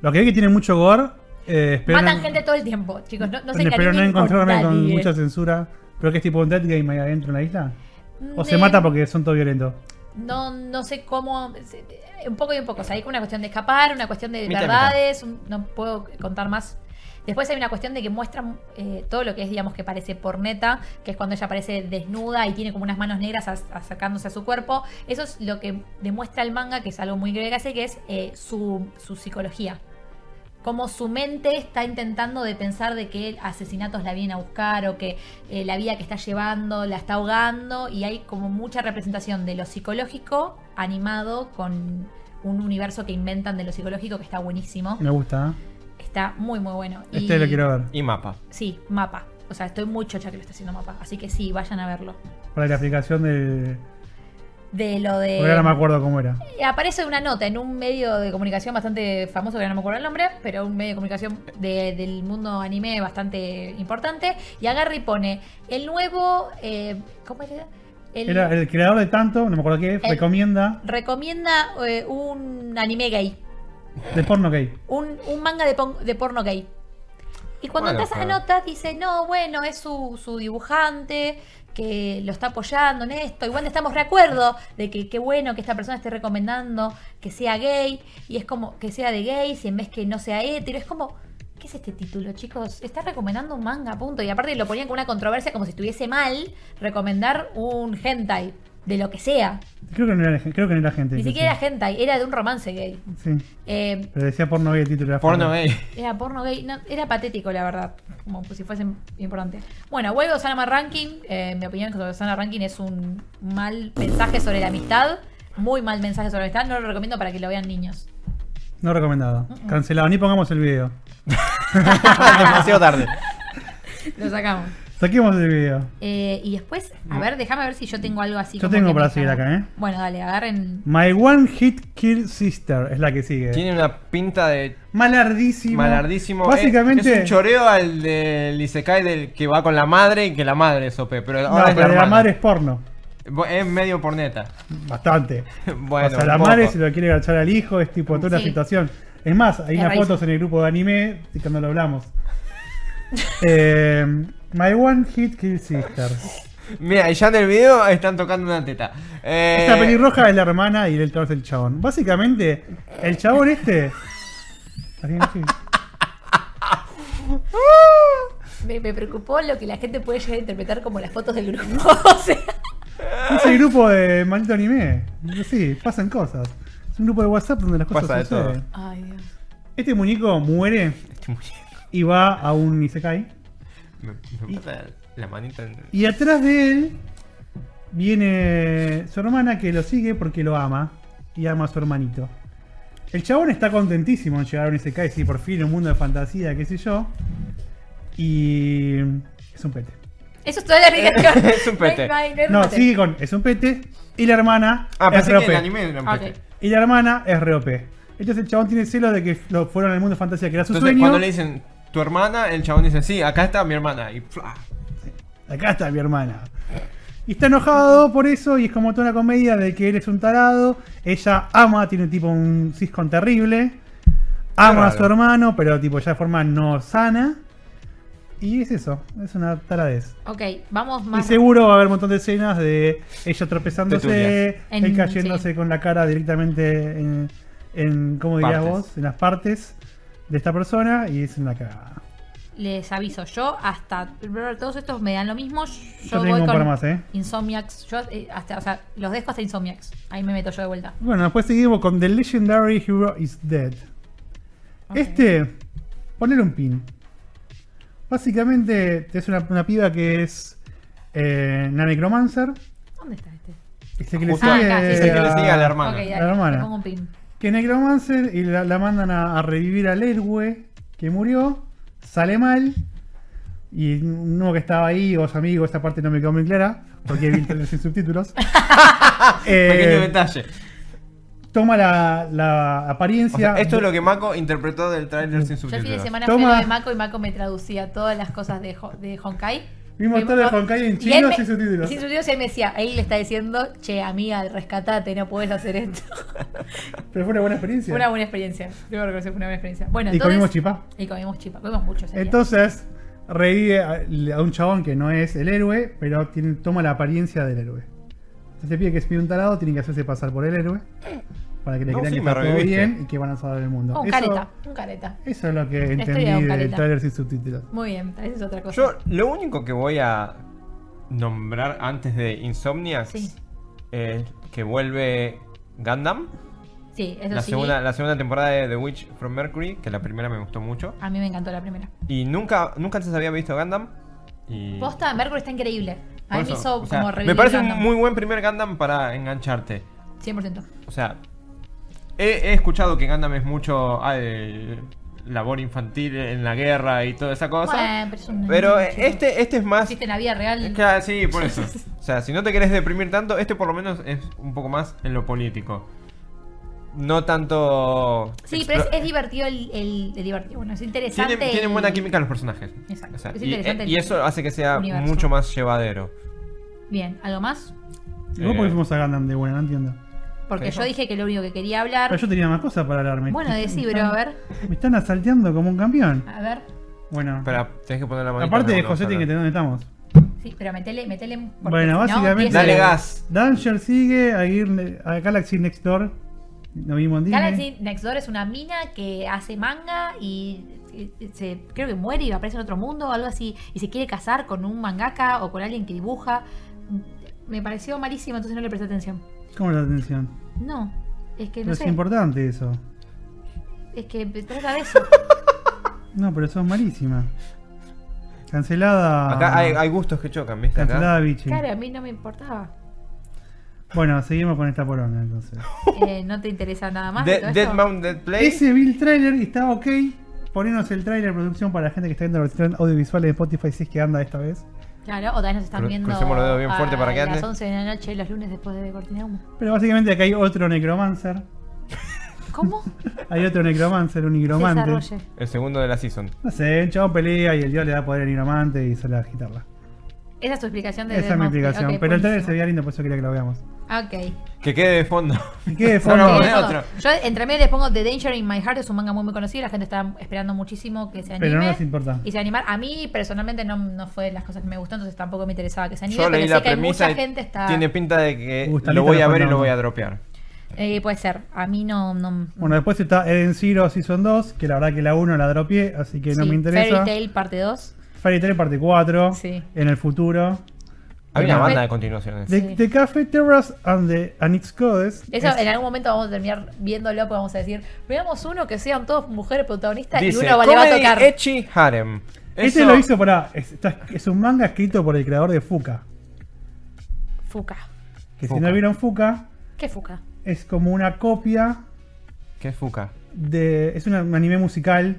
C: Lo que vi que tiene mucho gore. Eh, espero
A: Matan
C: no-
A: gente todo el tiempo, chicos. No, no se
C: espero no
A: encariñen con
C: encontrarme con
A: nadie.
C: mucha censura. Creo que es tipo un dead game ahí adentro en la isla. O se
A: Mm,
C: mata porque son todo violentos.
A: No, no sé cómo. se- Un poco y un poco. O sea, hay como una cuestión de escapar, una cuestión de
B: Mitad,
A: verdades. un- no puedo contar más. Después hay una cuestión de que muestran eh, todo lo que es, digamos, que parece porneta, que es cuando ella aparece desnuda y tiene como unas manos negras as- acercándose a su cuerpo. Eso es lo que demuestra el manga, que es algo muy breve que hace, que es eh, su, su psicología. Como su mente está intentando de pensar de que asesinatos la vienen a buscar o que eh, la vida que está llevando la está ahogando y hay como mucha representación de lo psicológico animado con un universo que inventan de lo psicológico que está buenísimo.
C: Me gusta. ¿eh?
A: Está muy muy bueno. Y-
C: Este lo quiero ver.
B: Y mapa.
A: Sí, mapa. O sea, estoy muy chocha que lo está haciendo mapa. Así que sí, vayan a verlo.
C: Para la aplicación del.
A: De lo
C: Porque ahora no me
A: de...
C: acuerdo cómo era.
A: Aparece una nota en un medio de comunicación bastante famoso, que ahora no me acuerdo el nombre, pero un medio de comunicación de- del mundo anime bastante importante. Y agarra y pone el nuevo... eh, ¿Cómo era? El-
C: Era el creador de tanto, no me acuerdo qué,
A: El-
C: recomienda.
A: recomienda eh, un anime gay,
C: De porno gay.
A: un, un manga de, pon- de porno gay. Y cuando
B: Bueno,
A: entras a la
B: pero-
A: nota, dice, no, bueno, es su, su dibujante que lo está apoyando en esto. Igual estamos de acuerdo de que qué bueno que esta persona esté recomendando que sea gay y es como que sea de gay si en vez que no sea hetero. Es como, ¿qué es este título, chicos? Está recomendando un manga, punto. Y aparte lo ponían con una controversia como si estuviese mal recomendar un hentai, de lo que sea.
C: Creo que no era, creo que no era gente.
A: Ni
C: que
A: siquiera
C: sí.
A: era hentai, era de un romance gay.
C: Sí.
A: Eh,
C: Pero decía porno gay el título. era
B: Porno gay.
A: era porno gay, no, era patético la verdad, como si fuese importante. Bueno, vuelvo a Osana Ranking, eh, mi opinión sobre Osana Ranking es un mal mensaje sobre la amistad, muy mal mensaje sobre la amistad, no lo recomiendo para que lo vean niños.
C: No recomendado. Cancelado. Ni pongamos el video.
B: Demasiado tarde.
A: Lo sacamos.
C: Saquemos el video.
A: Eh, y después, a ver, déjame ver si yo tengo algo así.
C: Yo
A: como
C: tengo
A: que
C: para
A: me
C: seguir
A: llama.
C: acá, ¿eh?
A: Bueno, dale, agarren.
C: My One Hit Kill Sister es la que sigue.
B: Tiene una pinta de
C: Malardísimo.
B: malardísimo.
C: Básicamente.
B: Es, es un choreo al del Isekai del que va con la madre y que la madre es OP. Pero
C: No,
B: ahora es la,
C: pero la
B: hermana.
C: madre es porno.
B: Bu- Es medio porneta.
C: Bastante.
B: Bueno,
C: o sea, la
B: un poco.
C: madre se lo quiere agachar al hijo, es tipo toda una
A: Sí.
C: situación. Es más, hay
A: Es
C: unas
A: raíz.
C: fotos en el grupo de anime de cuando lo hablamos. Eh, My One Hit Kill Sister.
B: Mira, y ya en el video están tocando una teta. Eh,
C: Esta pelirroja es la hermana y el otro es el chabón. Básicamente, el chabón este. ¿Alguien así?
A: Me, me preocupó lo que la gente puede llegar a interpretar como las fotos del grupo. o sea,
C: Es el grupo de maldito anime. Sí, pasan cosas. Es un grupo de WhatsApp donde las cosas
B: Pasa de
C: suceden.
B: todo.
A: Ay, Dios.
C: Este muñeco muere
B: Este
C: y va a un Isekai.
B: Me, me pasa la manita en-
C: Y atrás de él viene su hermana que lo sigue porque lo ama y ama a su hermanito. El chabón está contentísimo en llegar a un Isekai, sí, por fin, un mundo de fantasía, qué sé yo. Y es un pete.
A: Eso es toda la negación.
B: Es un pete.
A: No, hay- no hay
C: No,
A: remate.
C: sigue con es un pete y la hermana
B: Ah,
C: es
B: pensé
C: re
B: que el
C: OP.
B: anime era un
A: Ah, ok.
B: pete.
C: Y la hermana es re OP. Entonces el chabón tiene celo de que lo fueron al mundo de fantasía, que era su
B: Entonces,
C: sueño.
B: cuando le dicen tu hermana, el chabón dice, sí, acá está mi hermana. Y ¡fla!
C: Acá está mi hermana. Y está enojado por eso y es como toda una comedia de que él es un tarado, ella ama, tiene tipo un ciscon terrible, ama a su
B: raro.
C: hermano, pero tipo ya de forma no sana. Y es eso, es una taradez.
A: Ok, vamos
C: Y
A: más.
C: seguro va a haber un montón de escenas de ella tropezándose,
B: Tertulias.
C: él
A: En-
C: cayéndose
A: sí.
C: con la cara directamente en, en ¿cómo dirías
B: Partes.
C: vos? En las partes de esta persona y es una cagada.
A: Les aviso, yo hasta. Todos estos me dan lo mismo. Yo,
C: Yo tengo
A: voy
C: un
A: con
C: par más, ¿eh?
A: Insomniacs. Yo, eh, hasta, o sea, los dejo hasta Insomniacs. Ahí me meto yo de vuelta.
C: Bueno, después seguimos con The Legendary Hero is Dead.
A: Ok.
C: Este, poner un pin. Básicamente es una, una piba que es eh, una necromancer.
A: ¿Dónde está este?
C: Es el que le
B: Justo
C: sigue,
A: Ah, acá, sí,
B: es el que le sigue a la hermana.
A: Ok, dale,
C: eh, La hermana.
A: le pongo un pin.
C: Que es necromancer y la, la mandan a, a revivir al héroe que murió. Sale mal. Y uno que estaba ahí, o su amigo, esta parte no me quedó muy clara. Porque vi el trailer sin subtítulos. Eh,
B: Pequeño detalle.
C: Toma la, la
B: O
C: apariencia.
B: sea, esto es
C: de-
B: lo que Mako interpretó del tráiler sin
A: Yo el fin de
B: subtítulos.
A: semana
C: Toma.
A: fui a lo de Mako y Mako me traducía todas las cosas de, Ho- de Honkai.
C: Vimos
A: Me-
C: todo de
A: no-
C: Honkai en
A: y
C: chino
A: él me-
C: sin subtítulos.
A: Sin subtítulos y él me decía, ahí le está diciendo, che, amiga, rescatate, no puedes hacer esto.
C: Pero fue una buena experiencia.
A: Fue una buena experiencia. Debo reconocer que fue una buena experiencia. Bueno,
C: y
A: entonces,
C: comimos chipá.
A: Y comimos chipa, comimos mucho. ese día.
C: Entonces, revive a, a un chabón que no es el héroe, pero tiene, toma la apariencia del héroe. Entonces se pide que es pide un tarado, tiene que hacerse pasar por el héroe. Para que le
B: No,
C: crean
B: sí,
C: que
B: me
C: está todo
B: reviviste.
C: bien y que van a salvar el mundo.
A: un careta, un careta.
C: eso es lo que
A: historia
C: entendí
A: de un
C: del
A: careta.
C: trailer sin subtítulos.
A: Muy bien, esa es otra cosa.
B: Yo lo único que voy a nombrar antes de Insomniacs
A: Sí.
B: es que vuelve Gundam.
A: sí, eso
B: La
A: sí.
B: segunda, la segunda temporada de The Witch from Mercury, que la primera me gustó mucho.
A: A mí me encantó la primera.
B: Y nunca, nunca antes había visto Gundam. Y
A: Posta, Mercury está increíble. A
B: por
A: mí
B: eso,
A: me hizo
B: o sea,
A: como
B: Me
A: revivir
B: parece un
A: Gundam.
B: muy buen primer Gundam para engancharte.
A: 100%.
B: O sea, he, he escuchado que Gundam es mucho ah, el labor infantil en la guerra y toda esa cosa.
A: Bueno, pero es un-
B: pero
A: un
B: eh,
A: chico.
B: este, este es más.
A: Existe en la vida real.
B: Es que, ah, sí, por eso. O sea, si no te querés deprimir tanto, este por lo menos es un poco más en lo político. No tanto.
A: Sí, pero es,
B: explo-
A: es divertido el, el- el divertido. Bueno, es interesante.
B: Tienen, tienen
A: el-
B: buena química los personajes.
A: Exacto.
B: O sea,
A: Es
B: y,
A: interesante
B: eh,
A: el
B: y eso hace que sea
A: universo.
B: mucho más llevadero.
A: Bien, ¿algo más?
C: ¿Y vos
B: Eh.
C: por qué fuimos a Gundam de buena? No entiendo.
A: Porque
B: Eso.
A: yo dije que lo único que quería hablar.
C: Pero yo tenía más cosas para hablarme.
A: Bueno, decí, bro, a ver. Ah.
C: Me están asalteando como un campeón.
A: A ver.
C: Bueno.
B: Espera, tenés que poner la mano.
C: aparte de José, tiene que tener dónde estamos.
A: Sí, pero metele, metele. porque si
C: Bueno,
A: no,
C: básicamente.
A: empieza-
B: Dale gas.
C: Danger sigue a, ir- a Galaxy Next Door. Lo vimos en Disney.
A: Galaxy Next Door es una mina que hace manga y y se, creo que muere y aparece en otro mundo o algo así y se quiere casar con un mangaka o con alguien que dibuja. Me pareció malísimo, entonces no le presté atención.
C: ¿Cómo la atención?
A: No, es que
C: Pero
A: no
C: es
A: sé.
C: importante eso.
A: Es que trata de eso.
C: No, pero sos malísima. Cancelada.
B: Acá hay, hay gustos que chocan, ¿viste? Acá.
C: Cancelada, bichi.
A: Claro, a mí no me importaba.
C: Bueno, seguimos con esta poronga entonces.
A: Eh, no te interesa nada más. de
B: De-
A: todo
B: Dead
A: esto?
B: Mountain Dead Play.
C: Ese Bill trailer estaba ok. ponernos el trailer de producción para la gente que está viendo la versión audiovisual de Spotify, si es que anda esta vez.
A: Claro, o tal vez nos están
B: Cru-
A: viendo.
B: crucemos los dedos bien fuerte
A: a
B: para que
A: las
B: ande.
A: 11 de la noche, los lunes después de Cortina de Humo.
C: Pero básicamente acá hay otro necromancer.
A: ¿Cómo?
C: Hay otro necromancer, un nigromante.
A: Desarrolle.
B: El segundo de la season.
C: No sé, un chabón pelea y el dios le da poder al nigromante y suele agitarla.
A: Esa es tu explicación de
C: Esa es mi
A: Deadmau5.
C: explicación.
A: Ok,
C: Pero el trailer se
A: buenísimo. Mm.
C: veía lindo, por eso quería que lo veamos.
A: Ok.
B: Que quede de fondo.
C: Y qué de
B: No, no,
C: fondo.
B: no,
A: Eso.
B: otro.
A: Yo entre medio les pongo The Danger in My Heart, es un manga muy muy conocido, la gente está esperando muchísimo que se anime.
C: Pero no nos importa.
A: Y se animar. A mí personalmente no, no fue de las cosas que me gustó, entonces tampoco me interesaba que se anime.
B: Yo
A: pero
B: leí
A: sé
B: la
A: que hay
B: premisa
A: mucha
B: y
A: gente está.
B: tiene pinta de que
C: Uh, está
B: lo
C: lista
B: voy
C: la
B: a ver y lo
C: fantasma.
B: voy a dropear.
A: Eh, puede ser. A mí no. no
C: Bueno, después está Eden Zero Season 2, que la verdad que la 1 la dropié, así que no
A: sí,
C: me interesa.
A: Fairy Tail parte 2.
C: Fairy Tail parte 4,
A: Sí.
C: en el futuro.
B: Hay una
A: Bueno,
B: banda
A: me-
B: de continuaciones.
C: The,
A: Sí.
C: the Cafe Terrace and, the, and its Codes.
A: Eso
C: es-
A: en algún momento vamos a terminar viéndolo, porque vamos a decir, veamos uno que sean todos mujeres protagonistas y
B: Dice,
A: uno va- le va a
B: "Comedy
A: tocar.
B: Ecchi Harem.
C: Este
B: Eso-
C: lo hizo para. Es, está- es un manga escrito por el creador de Fuka.
A: Fuca.
C: Que si
B: Fuka.
C: no vieron Fuka,
A: ¿Qué Fuca?
C: es como una copia
B: ¿Qué es Fuka?
C: de. Es una- un anime musical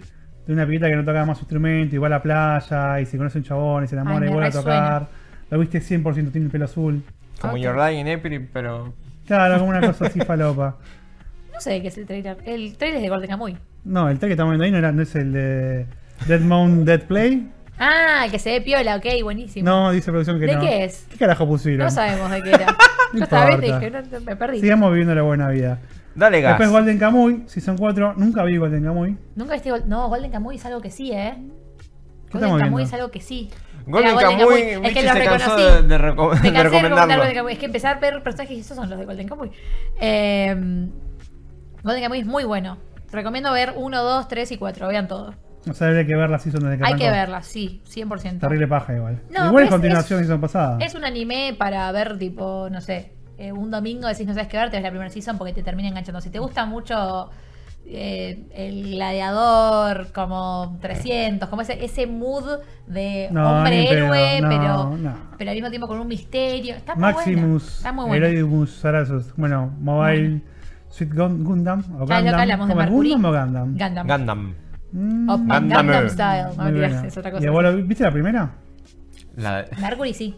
C: de una pibita que no toca más su instrumento y va a la playa y se conoce un chabón y se enamora
A: Ay,
C: y
A: me
C: vuelve a
A: resuena.
C: tocar. Lo viste 100%, tiene el pelo azul.
B: Como
A: Ok.
B: Your Lie in April, pero.
C: Claro, como una cosa así falopa.
A: No sé de qué es el trailer. El trailer es de Golden Kamuy.
C: No, el tag que estamos viendo ahí no, era, no es el de Dead Mount Dead Play.
A: Ah, que se ve piola, ok, buenísimo.
C: No, dice producción que
A: ¿De
C: no.
A: qué es?
C: ¿Qué carajo pusieron?
A: No sabemos de qué era.
C: No
A: Yo esta vez
C: importa.
A: dije, no, no, me perdí.
C: Sigamos viviendo la buena vida.
B: Dale gas.
C: Después Golden Kamuy, Season 4. Nunca vi Golden Kamuy.
A: Nunca viste Gol- No, Golden Kamuy es algo que sí, ¿eh? Golden
C: estamos
A: Kamuy
C: viendo?
A: es algo que sí. Era
B: Golden Kamuy,
A: Es que
B: Michi
A: lo
B: se cansó
A: reconocí.
B: de, de reco- de
A: Me cansé de recomendar
B: recomendarlo.
A: Golden Kamuy. Es que empezar a ver personajes y esos son los de Golden Kamuy. Eh, Golden Kamuy es muy bueno. Recomiendo ver 1, 2, 3 y 4. Vean todo.
C: O sea, habría que ver la Season desde que
A: Hay que
C: arrancó.
A: verla, sí, 100%.
C: Terrible paja igual.
A: No,
C: igual
A: pero
C: es
A: es-
C: continuación
A: es-
C: Season pasada.
A: Es un anime para ver, tipo, no sé, eh, un domingo decís no sabes qué ver, te ves la primera season porque te termina enganchando. Si te gusta mucho eh, el gladiador, como 300, como ese, ese mood de
C: No, ni
A: hombre
C: en pedo,
A: héroe,
C: no,
A: pero,
C: no.
A: pero al mismo tiempo con un misterio. Está muy buena.
C: Maximus,
A: Está muy buena.
C: Heroimus, Zarasus. Bueno, Mobile, Sweet Gun- Gundam. O
A: Ya lo que
C: Gundam.
A: hablamos de
C: ¿Cómo es,
A: Mercury.
C: Gundam o Gundam?
A: Gundam.
B: Gundam.
C: Mm,
A: O
C: muy
B: Gundam.
A: Gundam, Style. No, mentira,
C: buena.
A: es otra cosa.
C: ¿Y vos lo- viste la primera?
B: La de,
A: Mercury sí.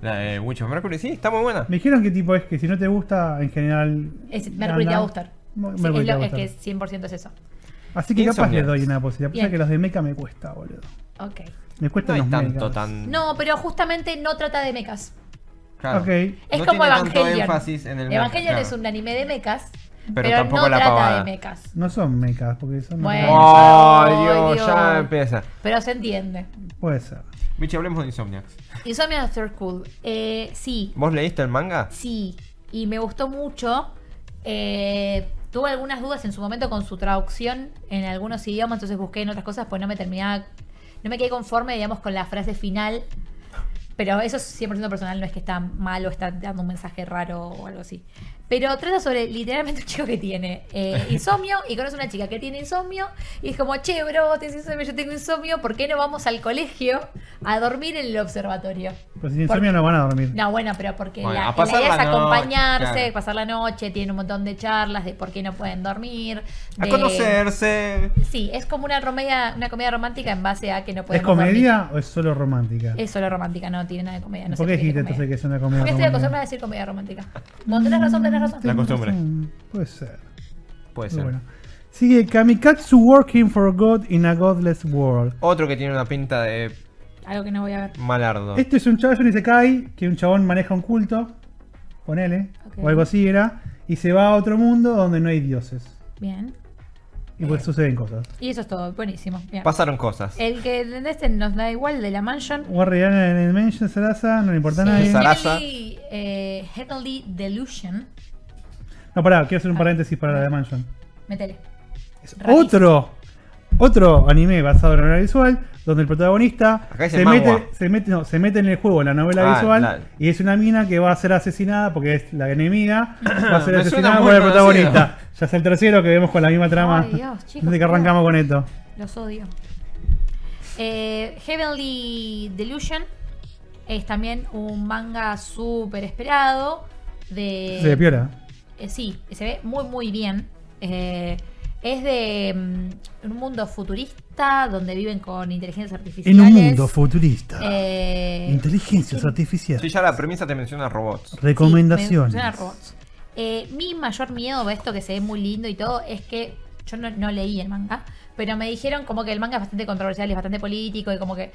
B: la de Witch of Mercury, sí, está muy buena.
C: Me dijeron que tipo es que si no te gusta, en general.
A: Es Mercury te va a
C: Gundam,
A: gustar.
C: Mo-
A: Sí,
C: Mercury
A: es,
C: te
A: lo-
C: va a
A: es que
C: gustar.
A: 100% es eso.
C: Así que capaz
B: Insomniac.
C: le doy una posibilidad. Pasa
A: Bien.
C: que los de Mecha me cuesta, boludo.
A: Ok.
C: Me cuesta
B: No hay
C: unos
B: tanto,
C: mechas.
B: tan.
A: No, pero justamente no trata de mechas.
B: Claro.
C: Ok.
A: Es como
B: No tiene tanto
A: Evangelion.
B: énfasis en el mecha,
A: Evangelion
B: claro.
A: es un anime de mechas,
B: Pero
A: pero,
B: tampoco
A: no
B: la
A: trata
B: pavada.
A: de mechas.
C: No son mechas, porque son.
A: Bueno.
C: no-
B: ¡Ay,
A: Ay,
B: Dios,
A: Dios.
B: Ya empieza.
A: Pero se entiende.
C: Puede ser.
B: Michi, hablemos de Insomniacs.
A: Insomnia After Cool. Eh, sí,
B: ¿Vos leíste el manga?
A: sí. Y me gustó mucho. Eh, tuve algunas dudas en su momento con su traducción en algunos idiomas, entonces busqué en otras cosas, pues no me terminaba. No me quedé conforme, digamos, con la frase final. Pero eso es 100% personal, no es que está mal o está dando un mensaje raro o algo así. Pero trata sobre literalmente un chico que tiene eh, insomnio y conoce a una chica que tiene insomnio y es como, che, bro, vos tenés insomnio, yo tengo insomnio, ¿por qué no vamos al colegio a dormir en el observatorio?
C: Pero sin insomnio no van a dormir.
A: No, bueno, pero porque
B: Bueno,
A: la,
B: a pasar
A: la idea
B: la
A: es
B: noche,
A: acompañarse,
B: claro.
A: pasar la noche, tiene un montón de charlas de por qué no pueden dormir.
B: A
A: de-
B: conocerse.
A: Sí, es como una, comedia, una comedia romántica en base a que no
C: ¿Es
A: pueden
C: comedia o es solo romántica?
A: Es solo romántica, no tiene nada de comedia. No sé
C: ¿Por qué
A: es
C: dijiste
A: comedia.
C: entonces que es una comedia?
A: Porque estoy acostumbrada a
C: romántica?
A: decir comedia romántica. Vos tenés razón, tenés razón.
B: La costumbre.
C: Mm, Puede ser.
B: Puede
C: Pero
B: ser.
C: bueno. Sigue Kamikatsu Working for God in a Godless World.
B: Otro que tiene una pinta de
A: Algo que no voy a ver.
B: malardo.
C: Esto Este es un chabón se cae, que un chabón maneja un culto, ponele,
A: Ok.
C: o algo así era, y se va a otro mundo donde no hay dioses.
A: Bien.
C: Y pues suceden cosas.
A: Y eso es todo. Buenísimo. Bien.
B: Pasaron cosas.
A: El que en este nos da igual de la mansion.
C: Guardián en el Mansion, Sarasa, no le importa a nadie.
B: Sí. Sarasa.
A: Heavenly, eh, Heavenly Delusion.
C: No, pará, quiero hacer un paréntesis para la de Mansion.
A: Metele.
C: Es
A: Rarísimo.
C: otro, otro anime basado en la novela visual, donde el protagonista
B: Acá dice
C: se
B: mangua.
C: mete, se, mete, no, se mete en el juego, en la novela
B: Ah,
C: visual,
B: la-
C: y es una mina que va a ser asesinada, porque es la enemiga, va a ser
B: Me suena
C: asesinada
B: muy
C: por el
B: conocido.
C: protagonista. Ya es el tercero que vemos con la misma trama
A: Ay, Dios, chicos,
C: desde que
A: por Dios.
C: arrancamos con esto.
A: Los odio. Eh, Heavenly Delusion es también un manga súper esperado. De
C: Se depiora.
A: Eh, sí, se ve muy muy bien. Eh, Es de mm, un mundo futurista donde viven con inteligencias artificiales.
C: En un mundo futurista.
A: Eh,
C: Inteligencias
B: Sí,
C: artificiales.
B: ya la premisa te menciona robots.
C: Recomendaciones.
A: Sí, me menciona robots. Eh, mi mayor miedo de esto, que se ve muy lindo y todo, es que yo no, no leí el manga, pero me dijeron como que el manga es bastante controversial y es bastante político y como que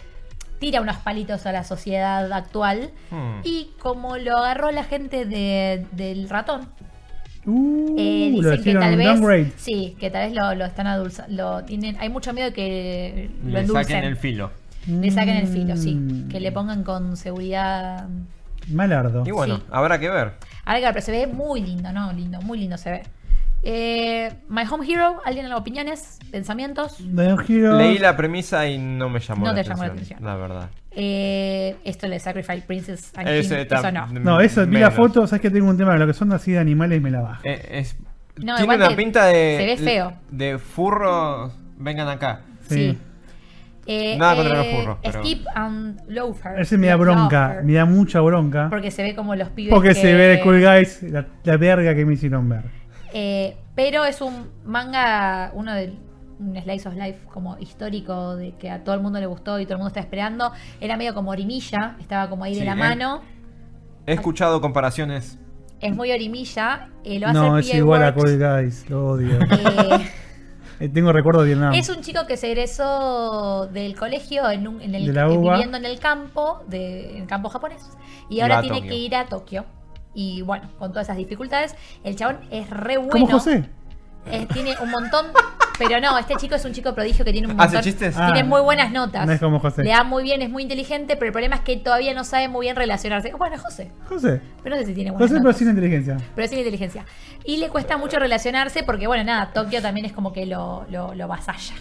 A: tira unos palitos a la sociedad actual.
B: Hmm.
A: Y como lo agarró la gente de- del ratón,
C: Uh,
A: eh,
C: lo
A: dicen que
C: hicieron
A: tal vez
C: downgrade.
A: sí, que tal vez lo, lo están adulzando, lo tienen, hay mucho miedo de que lo
B: Le
A: endulcen,
B: saquen el filo.
A: le saquen el filo, sí,
C: Mm.
A: que le pongan con seguridad
C: Malardo.
B: Y bueno,
A: Sí.
B: habrá que ver.
A: Ahora claro, pero se ve muy lindo, ¿no? Lindo, muy lindo se ve. Eh, My Home Hero, ¿alguien en opiniones, pensamientos?
C: Down Heroes.
B: Leí la premisa y no me llamó,
A: No
B: la,
A: te llamó
B: atención,
A: la
B: la
A: atención.
B: verdad.
A: Eh, esto de Sacrifice Princess and
B: Ese
A: King,
B: está-
A: eso no.
C: No, eso, vi la
B: menos.
C: foto, sabes que tengo un tema, lo que son así de animales me la baja.
B: Eh, es-
A: No,
B: tiene
A: igual
B: una
A: que
B: pinta de.
A: se ve feo.
B: De furros. Vengan acá.
A: Sí.
C: Sí.
A: Eh,
B: Nada contra los furros, pero-
A: Skip and Loafer.
C: Ese me da bronca,
A: Loafer.
C: me da mucha bronca.
A: Porque se ve como los pibes.
C: Porque
A: que-
C: se ve de Cool Guys la, la verga que me hicieron ver.
A: Eh, pero es un manga, uno de un slice of life como histórico de que a todo el mundo le gustó y todo el mundo está esperando. Era medio como Orimilla, estaba como ahí de
B: Sí,
A: la
B: eh.
A: mano.
B: He escuchado comparaciones.
A: Es muy Orimilla, eh, lo hace
C: No, es
A: PA
C: igual a
A: Works,
C: Cool Guys, lo odio.
A: eh,
C: Eh, tengo recuerdo de Vietnam.
A: es un chico que se egresó del colegio en un- en el-
C: De la UBA.
A: viviendo en el campo, de, en el campo japonés, y ahora
B: Va a
A: tiene
B: Tokio.
A: que ir a Tokio. Y bueno, con todas esas dificultades, el chabón es re bueno.
C: ¿Cómo José?
A: Eh, tiene un montón. Pero no, este chico es un chico prodigio que tiene un montón.
B: ¿Hace chistes?
A: Tiene
C: Ah,
A: muy buenas notas.
C: no es como José.
A: Le da muy bien, es muy inteligente, pero el problema es que todavía no sabe muy bien relacionarse. Bueno, es José.
C: José.
A: Pero no sé si tiene buenas
C: José, pero
A: notas.
C: sin inteligencia.
A: Pero sin inteligencia. Y le cuesta mucho relacionarse porque, bueno, nada, Tokio también es como que lo, lo, lo vasalla.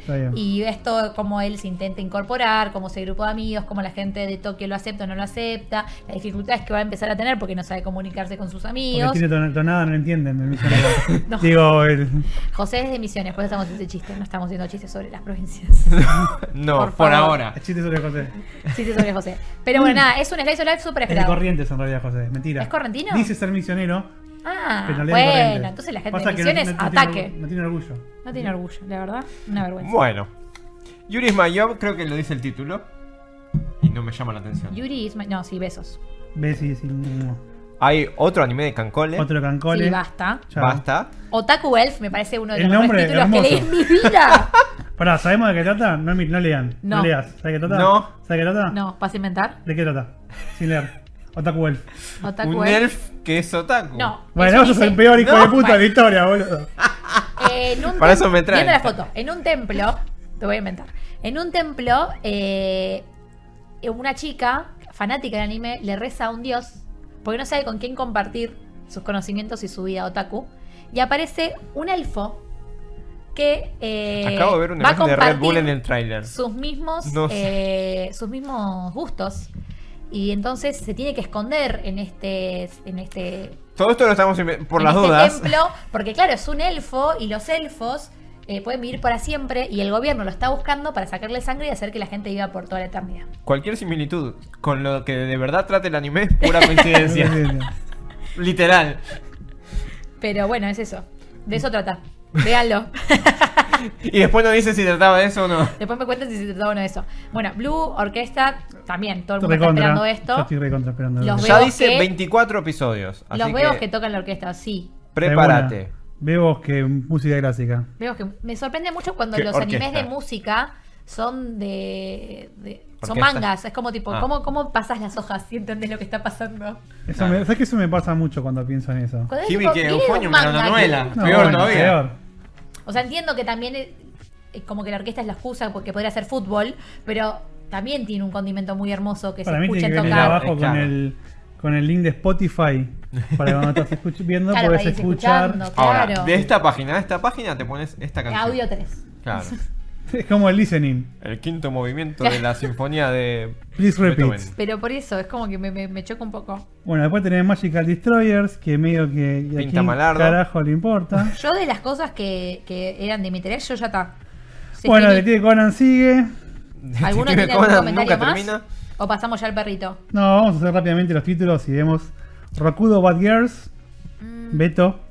C: Está bien.
A: Y esto, como él se intenta incorporar, cómo ese grupo de amigos, cómo la gente de Tokio lo acepta o no lo acepta, las dificultades que va a empezar a tener porque no sabe comunicarse con sus
C: Porque
A: amigos.
C: tiene ton- tonada, no entienden. el misionero.
A: No.
C: Digo, el,
A: José es de Misiones, por eso estamos haciendo ese chiste, no estamos haciendo chistes sobre las provincias.
B: No,
A: Por
B: por,
A: favor.
B: ahora.
C: el chiste sobre José.
A: Chistes sobre José. Pero bueno, nada, es un slice of life súper
C: Es de
A: esperado.
C: Corrientes en realidad, José. es Mentira.
A: ¿Es correntino?
C: Dice ser misionero.
A: Ah,
C: Pero en realidad es de
A: bueno,
C: Corrientes.
A: entonces la gente
C: Pasa
A: de
C: que no-
A: Misiones
C: no tiene orgu-
A: ataque.
C: No tiene orgullo.
A: No tiene orgullo, la verdad, una vergüenza.
B: Bueno. Yuri's My Job, creo que lo dice el título. Y no me llama la atención.
A: Yuri is my- No, sí, besos.
C: Ves y decís, "Mm".
B: Hay otro anime de Cancole.
C: otro cancole.
A: Sí, basta.
C: Chao.
B: Basta.
A: Otaku Elf me parece uno de
C: El
A: los mejores
C: nombre,
A: títulos que
C: hermoso.
A: leí en mi vida.
C: Pará, ¿sabemos de qué trata? No, mi- no lean. No.
A: No.
C: leas. ¿Sabes de qué trata?
B: No.
C: ¿Sabes de qué trata?
A: No, ¿vas a inventar?
C: ¿De qué trata? Sin leer. Otaku Elf.
A: Otaku
B: Un
A: Elf.
B: elf que es otaku.
A: No.
C: Bueno,
A: eso
C: vos sos el
A: dice-
C: peor hijo
A: No,
C: de puta de
A: bueno.
C: la historia, boludo.
A: En un
B: Para
A: tem-
B: eso me traen.
A: Viendo la foto. En un templo, te voy a inventar. En un templo, eh, una chica fanática del anime le reza a un dios porque no sabe con quién compartir sus conocimientos y su vida otaku. Y aparece un elfo que eh,
B: Acabo de ver una
A: va a
B: imagen de Red
A: compartir
B: Bull en el tráiler.
A: sus mismos
B: No
A: eh, sus mismos gustos y entonces se tiene que esconder en este en este
B: Todo esto lo estamos inve- por
A: en
B: las
A: este
B: dudas.
A: templo, porque claro, es un elfo y los elfos eh, pueden vivir para siempre y el gobierno lo está buscando para sacarle sangre y hacer que la gente viva por toda la eternidad.
B: Cualquier similitud con lo que de verdad trate el anime es pura coincidencia. Literal.
A: Pero bueno, es eso. De eso trata. Véanlo.
B: Y después nos dice si trataba de eso o no.
A: Después me cuentan si se trataba o no de eso. Bueno, Blue, Orquesta, también. Todo el mundo
C: Recontra.
A: está esperando
C: Yo
A: esto.
C: estoy recontra esperando.
A: Los
B: Ya
A: veo
B: dice
A: que-
B: 24 episodios. Así
A: Los veo que...
B: que
A: tocan la orquesta, sí.
B: prepárate.
C: Veo que música clásica.
A: Veo que me sorprende mucho cuando
B: ¿Qué
A: los animes
B: orquesta?
A: de música son de, de- son
B: Orquesta.
A: mangas, es como tipo,
B: Ah.
A: ¿cómo, ¿cómo pasas las hojas y entendés lo que está pasando?
C: Eso me- ¿Sabes que eso me pasa mucho cuando pienso en eso?
A: Cuando es
B: Jimmy,
A: tipo,
B: que
A: ¿qué es
B: Eufonio
A: un
B: me lo
A: manga?
B: novela.
C: No,
B: Peor
C: bueno,
B: todavía.
C: peor.
A: O sea, entiendo que también eh, eh, como que la orquesta es la excusa porque podría ser fútbol, pero también tiene un condimento muy hermoso que
C: Para
A: se
C: mí tiene
A: escuchen
C: que venir
A: tocar.
B: grabado.
C: abajo con
B: Claro.
C: el, con el link de Spotify. Para cuando estás escuch- viendo,
A: Claro,
C: podés
A: para ir
C: escuchar.
A: escuchando.
B: Ahora,
A: Claro.
B: de esta página a esta página te pones esta canción.
A: Audio 3.
B: Claro.
C: Es como el listening.
B: El quinto movimiento de la sinfonía de
C: Please repeat.
B: Beethoven.
A: Pero por eso es como que me, me, me choca un poco.
C: Bueno, después tenés Magical Destroyers, que medio que. que a
B: Pinta
C: quién
B: malardo.
C: Carajo, le importa.
A: Yo de las cosas que, que eran de mi interés, yo ya está. Se
C: bueno,
A: finí.
C: Detective Conan sigue.
A: ¿Alguno
B: Detective
A: tiene algún
B: Conan
A: comentario
B: nunca
A: más?
B: termina.
A: ¿O pasamos ya al perrito?
C: No, vamos a hacer
A: Mm.
C: rápidamente los títulos y vemos Rakudo Bad Girls, Beto,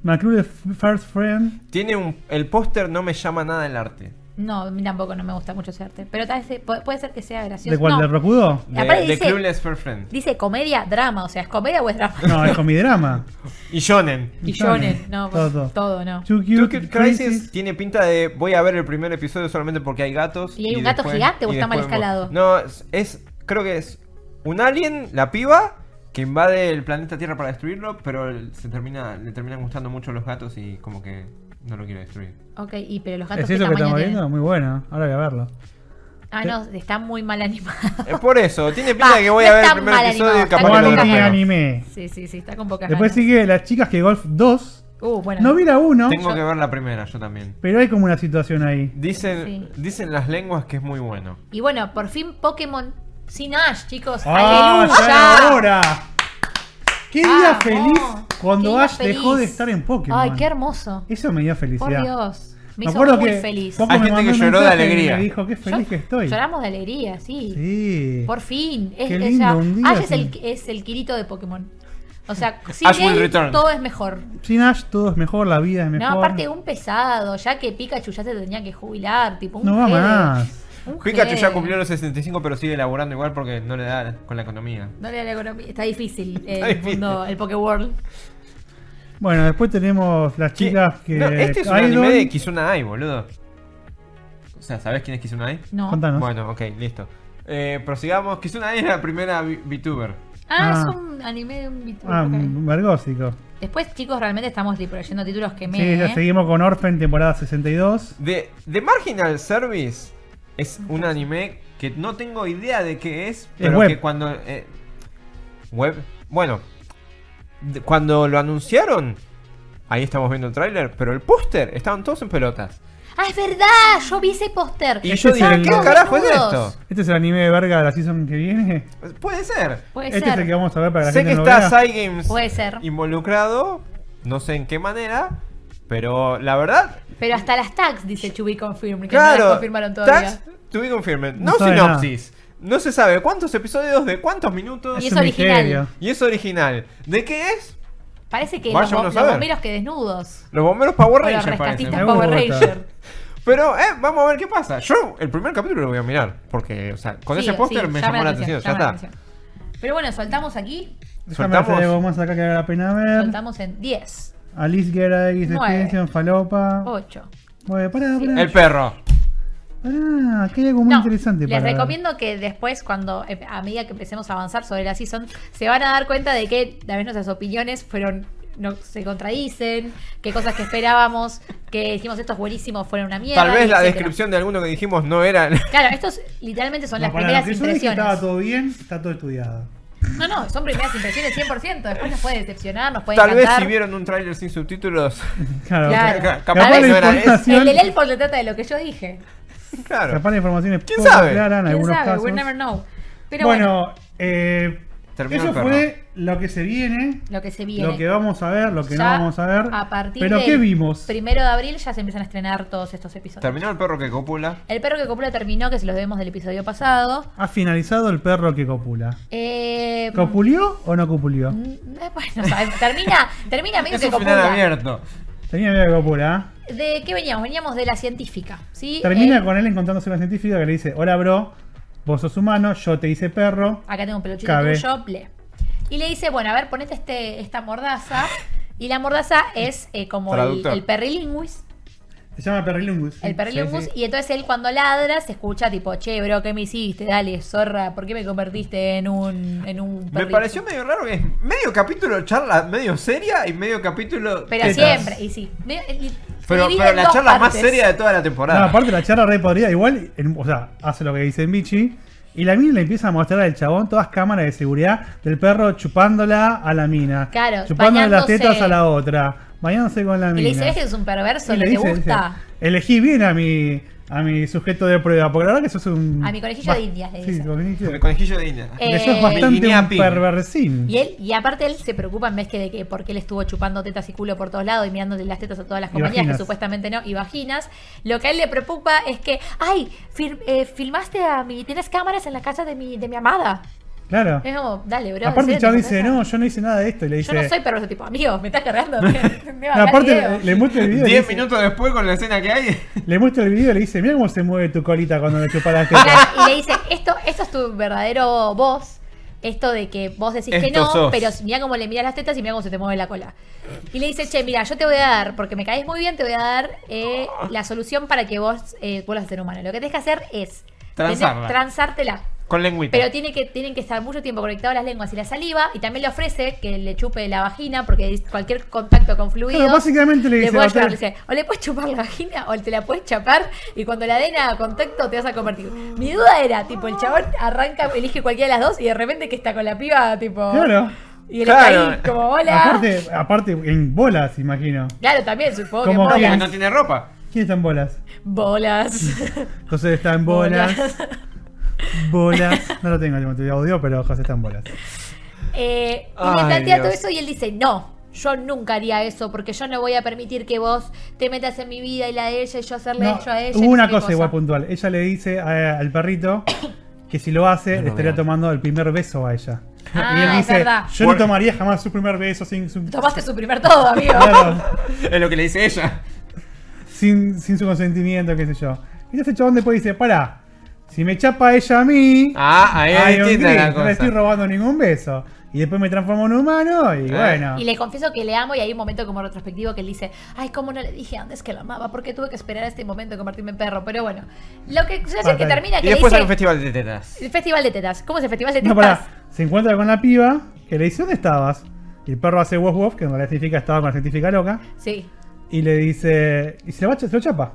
C: Maclure de F- First Friend.
B: Tiene un. El póster no me llama nada el arte.
A: No, a mí tampoco no me gusta mucho ese arte. Pero tal vez puede puede ser que sea gracioso.
C: ¿De cuál?
A: No,
C: ¿De Procudo?
B: De,
A: Aparte
B: de
A: dice-
B: Clueless Fair Friend.
A: Dice comedia, drama. O sea, ¿es comedia o es drama?
C: No, es comidrama.
B: Y Shonen.
A: Y shonen. No, pues,
C: Todo,
A: todo,
C: todo.
A: no.
C: Too Cute,
B: Two Kid Crisis
C: Crisis.
B: tiene pinta de voy a ver el primer episodio solamente porque hay gatos.
A: ¿Y hay un gato gigante o
B: y
A: está mal
B: después-
A: escalado?
B: No, es, es- creo que es un alien, la piba, que invade el planeta Tierra para destruirlo, pero el- se termina, le terminan gustando mucho los gatos y como que no lo quiere destruir.
A: Ok, y pero los gatos
C: ¿Es
A: qué
C: eso que
A: tamaño
C: estamos
A: tienen?
C: viendo? Muy bueno. Ahora voy a verlo.
A: Ah, no, está muy mal animado.
B: Eh, por eso, tiene
A: Va,
B: pinta de que voy a
A: no
B: ver el
A: está
B: primer
A: mal
B: episodio
A: animado,
B: y
A: está
B: capaz
C: Como
B: que
A: con
B: lo veo.
C: anime,
A: ganas.
C: anime.
A: Sí, sí, sí, está con pocas
C: Después
A: ganas.
C: sigue Las Chicas que Golf 2.
A: Uh, bueno.
C: No vi la 1,
B: Tengo que ver la primera, yo también.
C: pero hay como una situación ahí.
B: Dicen,
A: Sí.
B: dicen las lenguas que es muy bueno.
A: Y bueno, por fin Pokémon sin Ash, chicos.
C: ¡Ah, ya
A: ¡Aleluya!
C: era hora! ¡Qué día
A: Vamos.
C: feliz cuando
A: Qué día
C: Ash dejó
A: feliz.
C: de estar en Pokémon!
A: Ay, qué hermoso.
C: Eso me dio felicidad.
A: Por Dios. Me,
C: Me
A: hizo
C: acuerdo
A: muy
C: que
A: feliz.
C: Poco
B: Hay
C: me
B: gente que
C: mandó un
B: lloró de
C: mensaje y
B: alegría.
C: Me dijo, qué feliz
A: Yo-
C: que estoy.
A: Lloramos de alegría, sí.
C: Sí.
A: Por fin. Es,
C: Qué
A: o
C: lindo,
A: sea,
C: un día
A: Ash es
C: sin-
A: el, es el Kirito de Pokémon. O sea, sin
B: Ash will
A: él
B: return.
A: todo es mejor.
C: Sin Ash todo es mejor, la vida es mejor.
A: No, aparte un pesado, ya que Pikachu ya se tenía que jubilar, tipo un
C: No va
A: jede,
C: más.
A: un
B: Pikachu
A: jede.
B: ya cumplió los 65, pero sigue elaborando igual porque no le da con la economía.
A: No le da la economía. Está difícil eh,
B: Está
A: el
B: difícil.
A: mundo, el Pokéworld.
C: Bueno, después tenemos las
B: ¿Qué?
C: chicas que.
B: No, este es un
C: Idol.
B: anime de Kizunai, boludo. O sea, ¿sabés quién es Kizunai?
A: No.
C: Contanos.
B: Bueno, ok, listo. Eh, prosigamos. Kizunai es la primera vi- VTuber.
A: Ah,
C: Ah.
A: es un anime de un VTuber.
C: Ah,
A: ok.
C: vergósico.
A: Después, chicos, realmente estamos li- leyendo títulos que me.
C: Sí, ya
A: eh.
C: seguimos con Orphan, temporada 62.
B: The, The Marginal Service es un anime que no tengo idea de qué es, pero
C: web.
B: que cuando. eh, web. Bueno, de- cuando lo anunciaron, ahí estamos viendo el tráiler, pero el póster estaban todos en pelotas.
A: Ah, es verdad, yo vi ese póster.
B: Y
C: Este
B: yo
C: es
B: dije,
C: el-
B: ¿qué
C: Todos
B: carajo es
A: desnudos.
B: esto?
C: Este es el anime de verga de la season que viene.
B: Puede ser.
A: Puede
C: este es
A: ser.
C: el que vamos a ver para que la
B: Sé que
C: gente no
B: está
C: vea.
B: Cygames
A: Puede ser.
B: involucrado, no sé en qué manera, pero la verdad,
A: Pero hasta las tags dice To Be Confirmed, que no las
B: claro,
A: confirmaron todavía.
B: Tax to be confirmed,
C: No
B: no,
C: sabe
B: sinopsis, no se sabe cuántos episodios, de cuántos minutos,
A: Y es
B: y es,
C: un
A: original.
C: misterio.
B: original. ¿De qué es?
A: Parece que
B: Vaya
A: los, bo-
B: uno a
A: los
B: saber.
A: bomberos que desnudos.
B: Los bomberos Power
A: o los
B: Rangers parecen.
A: rescatistas
C: Me
A: Power
C: gusta.
A: Ranger.
B: Pero, eh, vamos a ver qué pasa. Yo el primer capítulo lo voy a mirar, porque, o sea, con
A: Sí,
B: ese
A: sí,
B: póster me llamó la atención, ya
A: llama
B: está.
A: la atención. Pero bueno, soltamos aquí,
C: Déjame
B: Soltamos.
C: hacer algo más acá que vale la pena ver.
A: soltamos en 10,
C: Alice Guerra X
A: Nueve.
C: Extension, Falopa.
A: 8.
C: Bueno, pará, pará.
B: El perro.
C: Pará, aquí hay algo muy
A: No,
C: interesante
A: les
C: para ver.
A: recomiendo que después, cuando eh, a medida que empecemos a avanzar sobre la season, se van a dar cuenta de que tal vez nuestras opiniones fueron no se contradicen, que cosas que esperábamos, que dijimos esto es buenísimo, fueron una mierda.
B: Tal vez
A: y
B: la
A: etcétera.
B: descripción de alguno que dijimos no era...
A: Claro, estos literalmente son
C: No,
A: las
C: pará,
A: primeras
C: lo que yo dije
A: impresiones.
C: estaba todo bien, está todo estudiado.
A: No, no, son primeras impresiones 100%. Después nos puede decepcionar, nos puede
B: Tal vez
A: encantar.
B: si vieron un tráiler sin subtítulos,
C: Claro.
A: Claro.
B: Ca-
C: Capaz,
A: Tal vez
C: la
B: no era
C: información,
A: El del Elford se trata de lo que yo dije.
B: claro.
C: capaz la información es
B: ¿Quién
C: poco
B: sabe?
C: clara en
A: ¿Quién
C: algunos
A: sabe?
C: casos.
A: We'll never know. Pero bueno,
C: bueno, eh,
B: Terminó
C: eso
B: el perro.
C: fue lo que se viene,
A: lo que se viene.
C: lo que vamos a ver, lo que no
A: Ya
C: vamos a ver.
A: A partir
C: pero
A: del
C: ¿qué vimos?
A: Primero de abril ya se empiezan a estrenar todos estos episodios.
B: Terminó el perro que copula.
A: El perro que copula terminó, que se los debemos del episodio pasado.
C: Ha finalizado el perro que copula.
A: Eh,
C: ¿Copulió o no copulió?
A: mm, eh, bueno, sabe- termina, termina medio
B: Es
A: que
B: un final
A: copula.
B: abierto.
C: Tenía miedo de copula. ¿eh?
A: ¿De qué veníamos? Veníamos de la científica, ¿sí?
C: Termina
A: Eh,
C: con él encontrándose una científica que le dice, hola bro, vos sos humano, yo te hice perro.
A: Acá tengo un peluchito
C: Cabe.
A: tuyo, ple. Y le dice, bueno, a ver, ponete este, esta mordaza. Y la mordaza es eh, como el,
B: Traductor.
A: el perrilingus.
C: Se llama Perrilingus.
A: El perrilingus.
B: sí.
A: Y entonces él cuando ladra se escucha tipo, che, bro, ¿qué me hiciste? Dale, zorra, ¿por qué me convertiste en un, en un
B: Me
A: perrito?"
B: pareció medio raro que es medio capítulo charla medio seria y medio capítulo.
A: Pero
B: tetas.
A: siempre, y sí. Me- y- se
B: Pero,
A: divide
B: pero
A: en
B: la
A: dos
B: charla más
A: partes.
B: seria de toda la
C: No,
B: temporada.
C: aparte la charla re podrida, igual, en- o sea, hace lo que dice en Bichi. Y la mina le empieza a mostrar al chabón todas cámaras de seguridad del perro chupándola a la mina.
A: Claro,
C: Chupándole las
A: bañándose.
C: tetas a la otra. Bañándose con la
A: Y
C: mina.
A: le dice, ves que es un perverso,
C: Y
A: ¿no
C: le
A: te
C: dice,
A: gusta?
C: dice, elegí bien a mi, a mi sujeto de prueba, porque la verdad que sos un...
A: A mi conejillo de indias, le
C: Sí,
A: dice.
C: conejillo.
B: El conejillo de India.
A: Eh,
C: Que sos bastante
B: Virginia
C: un
B: Pig.
C: perversin.
A: Y él, y aparte él se preocupa en vez que de que porque él estuvo chupando tetas y culo por todos lados y mirándole las tetas a todas las
C: Y
A: compañías que
C: vaginas.
A: supuestamente no, y vaginas, lo que a él le preocupa es que, ay, fir- eh, filmaste a mi, tienes cámaras en la casa de mi, de mi amada.
C: Claro.
A: Es como, dale, bro.
C: Aparte el
A: decete,
C: chabón
A: ¿qué
C: dice,
A: pasa?
C: no, yo no hice nada de esto. Y le dice.
A: Yo no soy perverso, tipo, amigo, me estás cargando. me- me va a
C: No,
A: dar
C: aparte
A: miedo.
C: le, le muestra el video. y le
B: 10
C: dice-
B: minutos después con la escena que hay.
C: Le muestra el video y le dice, mira cómo se mueve tu colita cuando me chupas la
A: Claro,
C: teta.
A: y le dice, esto, esto es tu verdadero voz. Esto de que vos decís que
B: Esto
A: no,
B: sos.
A: pero mira cómo le miras las tetas y mira cómo se te mueve la cola. Y le dice, che, mira, yo te voy a dar, porque me caes muy bien, te voy a dar eh, la solución para que vos eh, vuelvas a ser humano. Lo que tenés que hacer es tenés-
B: Transarla.
A: transártela.
B: Con lengüita.
A: Pero tiene que, tienen que estar mucho tiempo conectados las lenguas y la saliva. Y también le ofrece que le chupe la vagina, porque es- cualquier contacto con fluidos.
C: Claro, básicamente le dice,
A: puede
C: va a tener-
A: chupar, le dice, o le puedes chupar la vagina o te la puedes chapar. Y cuando la den a contacto te vas a convertir. Mi duda era, tipo, el chabón arranca, elige cualquiera de las dos y de repente que está con la piba, tipo.
C: Claro.
A: Y él está
B: Claro.
A: ahí como hola.
C: Aparte, aparte, en bolas, imagino.
A: Claro, también supongo que
C: Como
A: bolas.
B: Porque
C: bien.
B: no tiene ropa.
C: ¿Quién está en bolas?
A: Bolas.
C: José está en bolas. Bolas. No lo tengo el motivo de audio, pero José está en bolas.
A: Eh, y
B: Ay,
A: le plantea
B: Dios.
A: todo eso y él dice, no, yo nunca haría eso porque yo no voy a permitir que vos te metas en mi vida y la de ella y yo hacerle
C: No,
A: eso a ella. y
C: hubo
A: no
C: una
A: sé qué
C: cosa igual puntual. Ella le dice a- al perrito que si lo hace,
B: No lo
C: le estaría
B: veo.
C: tomando el primer beso a ella.
A: Ah,
C: y él
A: es
C: dice,
A: verdad.
C: yo
B: Bueno.
C: no tomaría jamás su primer beso sin su...
A: Tomaste su primer todo, amigo.
C: Claro.
B: Es lo que le dice ella.
C: sin, sin su consentimiento, qué sé yo. Y entonces el chabón después dice, pará, si me chapa ella a mí,
B: Ah, ahí
C: hay
B: es
C: un
B: distinta
C: gris,
B: la
C: no
B: cosa.
C: le estoy robando ningún beso. Y después me transformo en humano y
B: Ah.
C: bueno.
A: Y le confieso que le amo y hay un momento como retrospectivo que él dice, ay, ¿cómo no le dije antes que la amaba? Porque tuve que esperar a este momento de convertirme en perro. Pero bueno, lo que sucede es que
C: Fatal.
A: termina
B: Y
A: que le
B: después hay un
A: dice,
B: festival de tetas.
A: el festival de tetas. ¿Cómo es el festival de tetas?
C: No, pará, se encuentra con la piba que le dice, ¿dónde estabas? Y el perro hace wof wof, que en realidad significa estaba con la científica loca.
A: Sí.
C: Y le dice, y se lo, va, se lo chapa.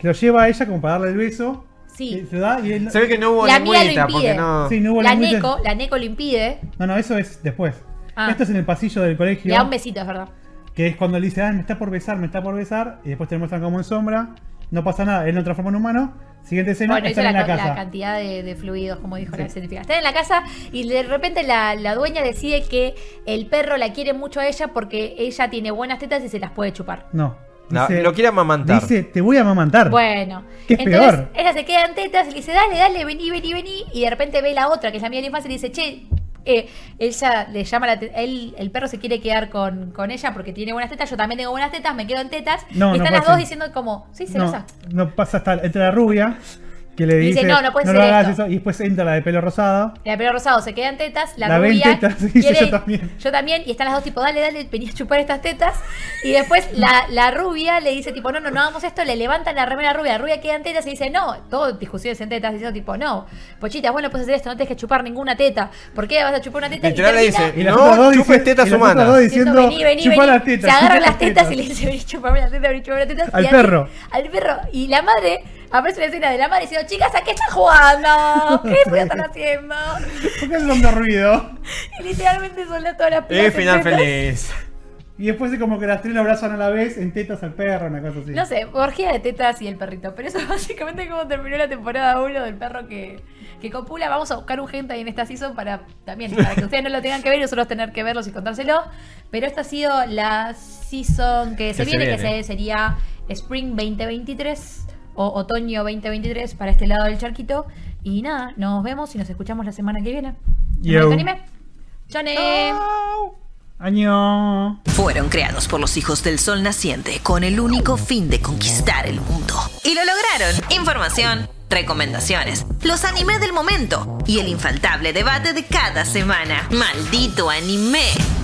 C: Se lo lleva a ella como para darle el beso.
A: Sí.
C: y Se lo da y él...
B: Se ve que no hubo
A: La mía lo
B: lengüita porque
A: impide.
B: no.
C: Sí, no hubo
A: la
C: ningún-
A: Neco, la Neco lo impide.
C: No, no, eso es después.
A: Ah.
C: Esto es en el pasillo del colegio.
A: Le da un besito, es verdad.
C: Que es cuando él dice, ah, me está por besar, me está por besar. Y después te lo muestran como en sombra. No pasa nada, él no transforma en humano. Siguiente escena,
A: Bueno, hizo
C: están
A: la,
C: en la
A: ca- la
C: casa.
A: cantidad de, de fluidos, como dijo la
C: Sí.
A: científica. Están en la casa y de repente la, la dueña decide que el perro la quiere mucho a ella porque ella tiene buenas tetas y se las puede chupar.
C: No.
B: No, lo quiere amamantar.
C: Dice, te voy a amamantar.
A: Bueno,
C: ¿Qué es
A: entonces
C: peor?
A: ella se queda en tetas y le dice, dale, dale, vení, vení, vení. Y de repente ve la otra, que es la mía de la infancia, y le dice, che, eh, ella le llama la te- él, el perro se quiere quedar con, con ella porque tiene buenas tetas, yo también tengo buenas tetas, me quedo en tetas.
C: No,
A: y
C: no
A: están
C: puede
A: las dos
C: ser.
A: diciendo como, sí, se
C: no,
A: besa".
C: no pasa hasta entra la rubia, que le
A: Y dice,
C: dice,
A: "No, no puedes
C: lo
A: hacer
C: hagas
A: esto".
C: eso. Y después entra la de pelo rosado.
A: La pelo rosado se queda en tetas, la,
C: La ve en
A: rubia
C: tetas, y
A: quiere-
C: dice, "Yo también".
A: Yo también, y están las dos tipo, dale, dale, vení a chupar estas tetas. Y después la, la rubia le dice tipo, no, no, no hagamos esto, le levantan la remera rubia, la rubia queda en tetas y dice, no, todo discusiones en tetas, diciendo tipo, no, pochitas, vos no puedes hacer esto, no tenés que chupar ninguna teta. ¿por qué vas a chupar una teta? Y
B: Literal le
A: termina
B: dice,
C: Y las
B: No
C: otras dos
B: chupes
C: dicen-
B: tetas
C: y las otras
B: humanas.
C: dos
A: diciendo,
C: diciendo,
A: vení, vení, vení".
C: "Chupá las tetas.
A: se agarran
C: chupá
A: las tetas y le dice, vení, chupame las tetas, vení, chupame las tetas.
C: Al
A: Y
C: perro.
A: Al perro. Y la madre, aparece la escena de la madre diciendo, chicas, ¿a qué están jugando? ¿Qué voy a estar haciendo?
C: ¿Por qué hace tanto ruido?
A: Y literalmente son las- todas las
B: Eh,
A: putas
B: final
A: tetas.
B: feliz.
C: Y después es como que las tres lo abrazan a la vez en tetas al perro, una cosa así.
A: No sé, orgía de tetas y el perrito. Pero eso es básicamente como terminó la temporada 1 del perro que, que copula. Vamos a buscar un gente ahí en esta season para también, para que ustedes no lo tengan que ver y nosotros tener que verlos y contárselo. Pero esta ha sido la season que, se,
B: se
A: viene, que
B: viene.
A: se- sería Spring 2023 o Otoño 2023 para este lado del charquito. Y nada, nos vemos y nos escuchamos la semana que viene.
C: Yo.
A: Nos anime. Chone.
C: Año.
D: Fueron creados por los hijos del sol naciente con el único fin de conquistar el mundo. Y lo lograron. Información, recomendaciones, los anime del momento y el infaltable debate de cada semana. ¡Maldito anime!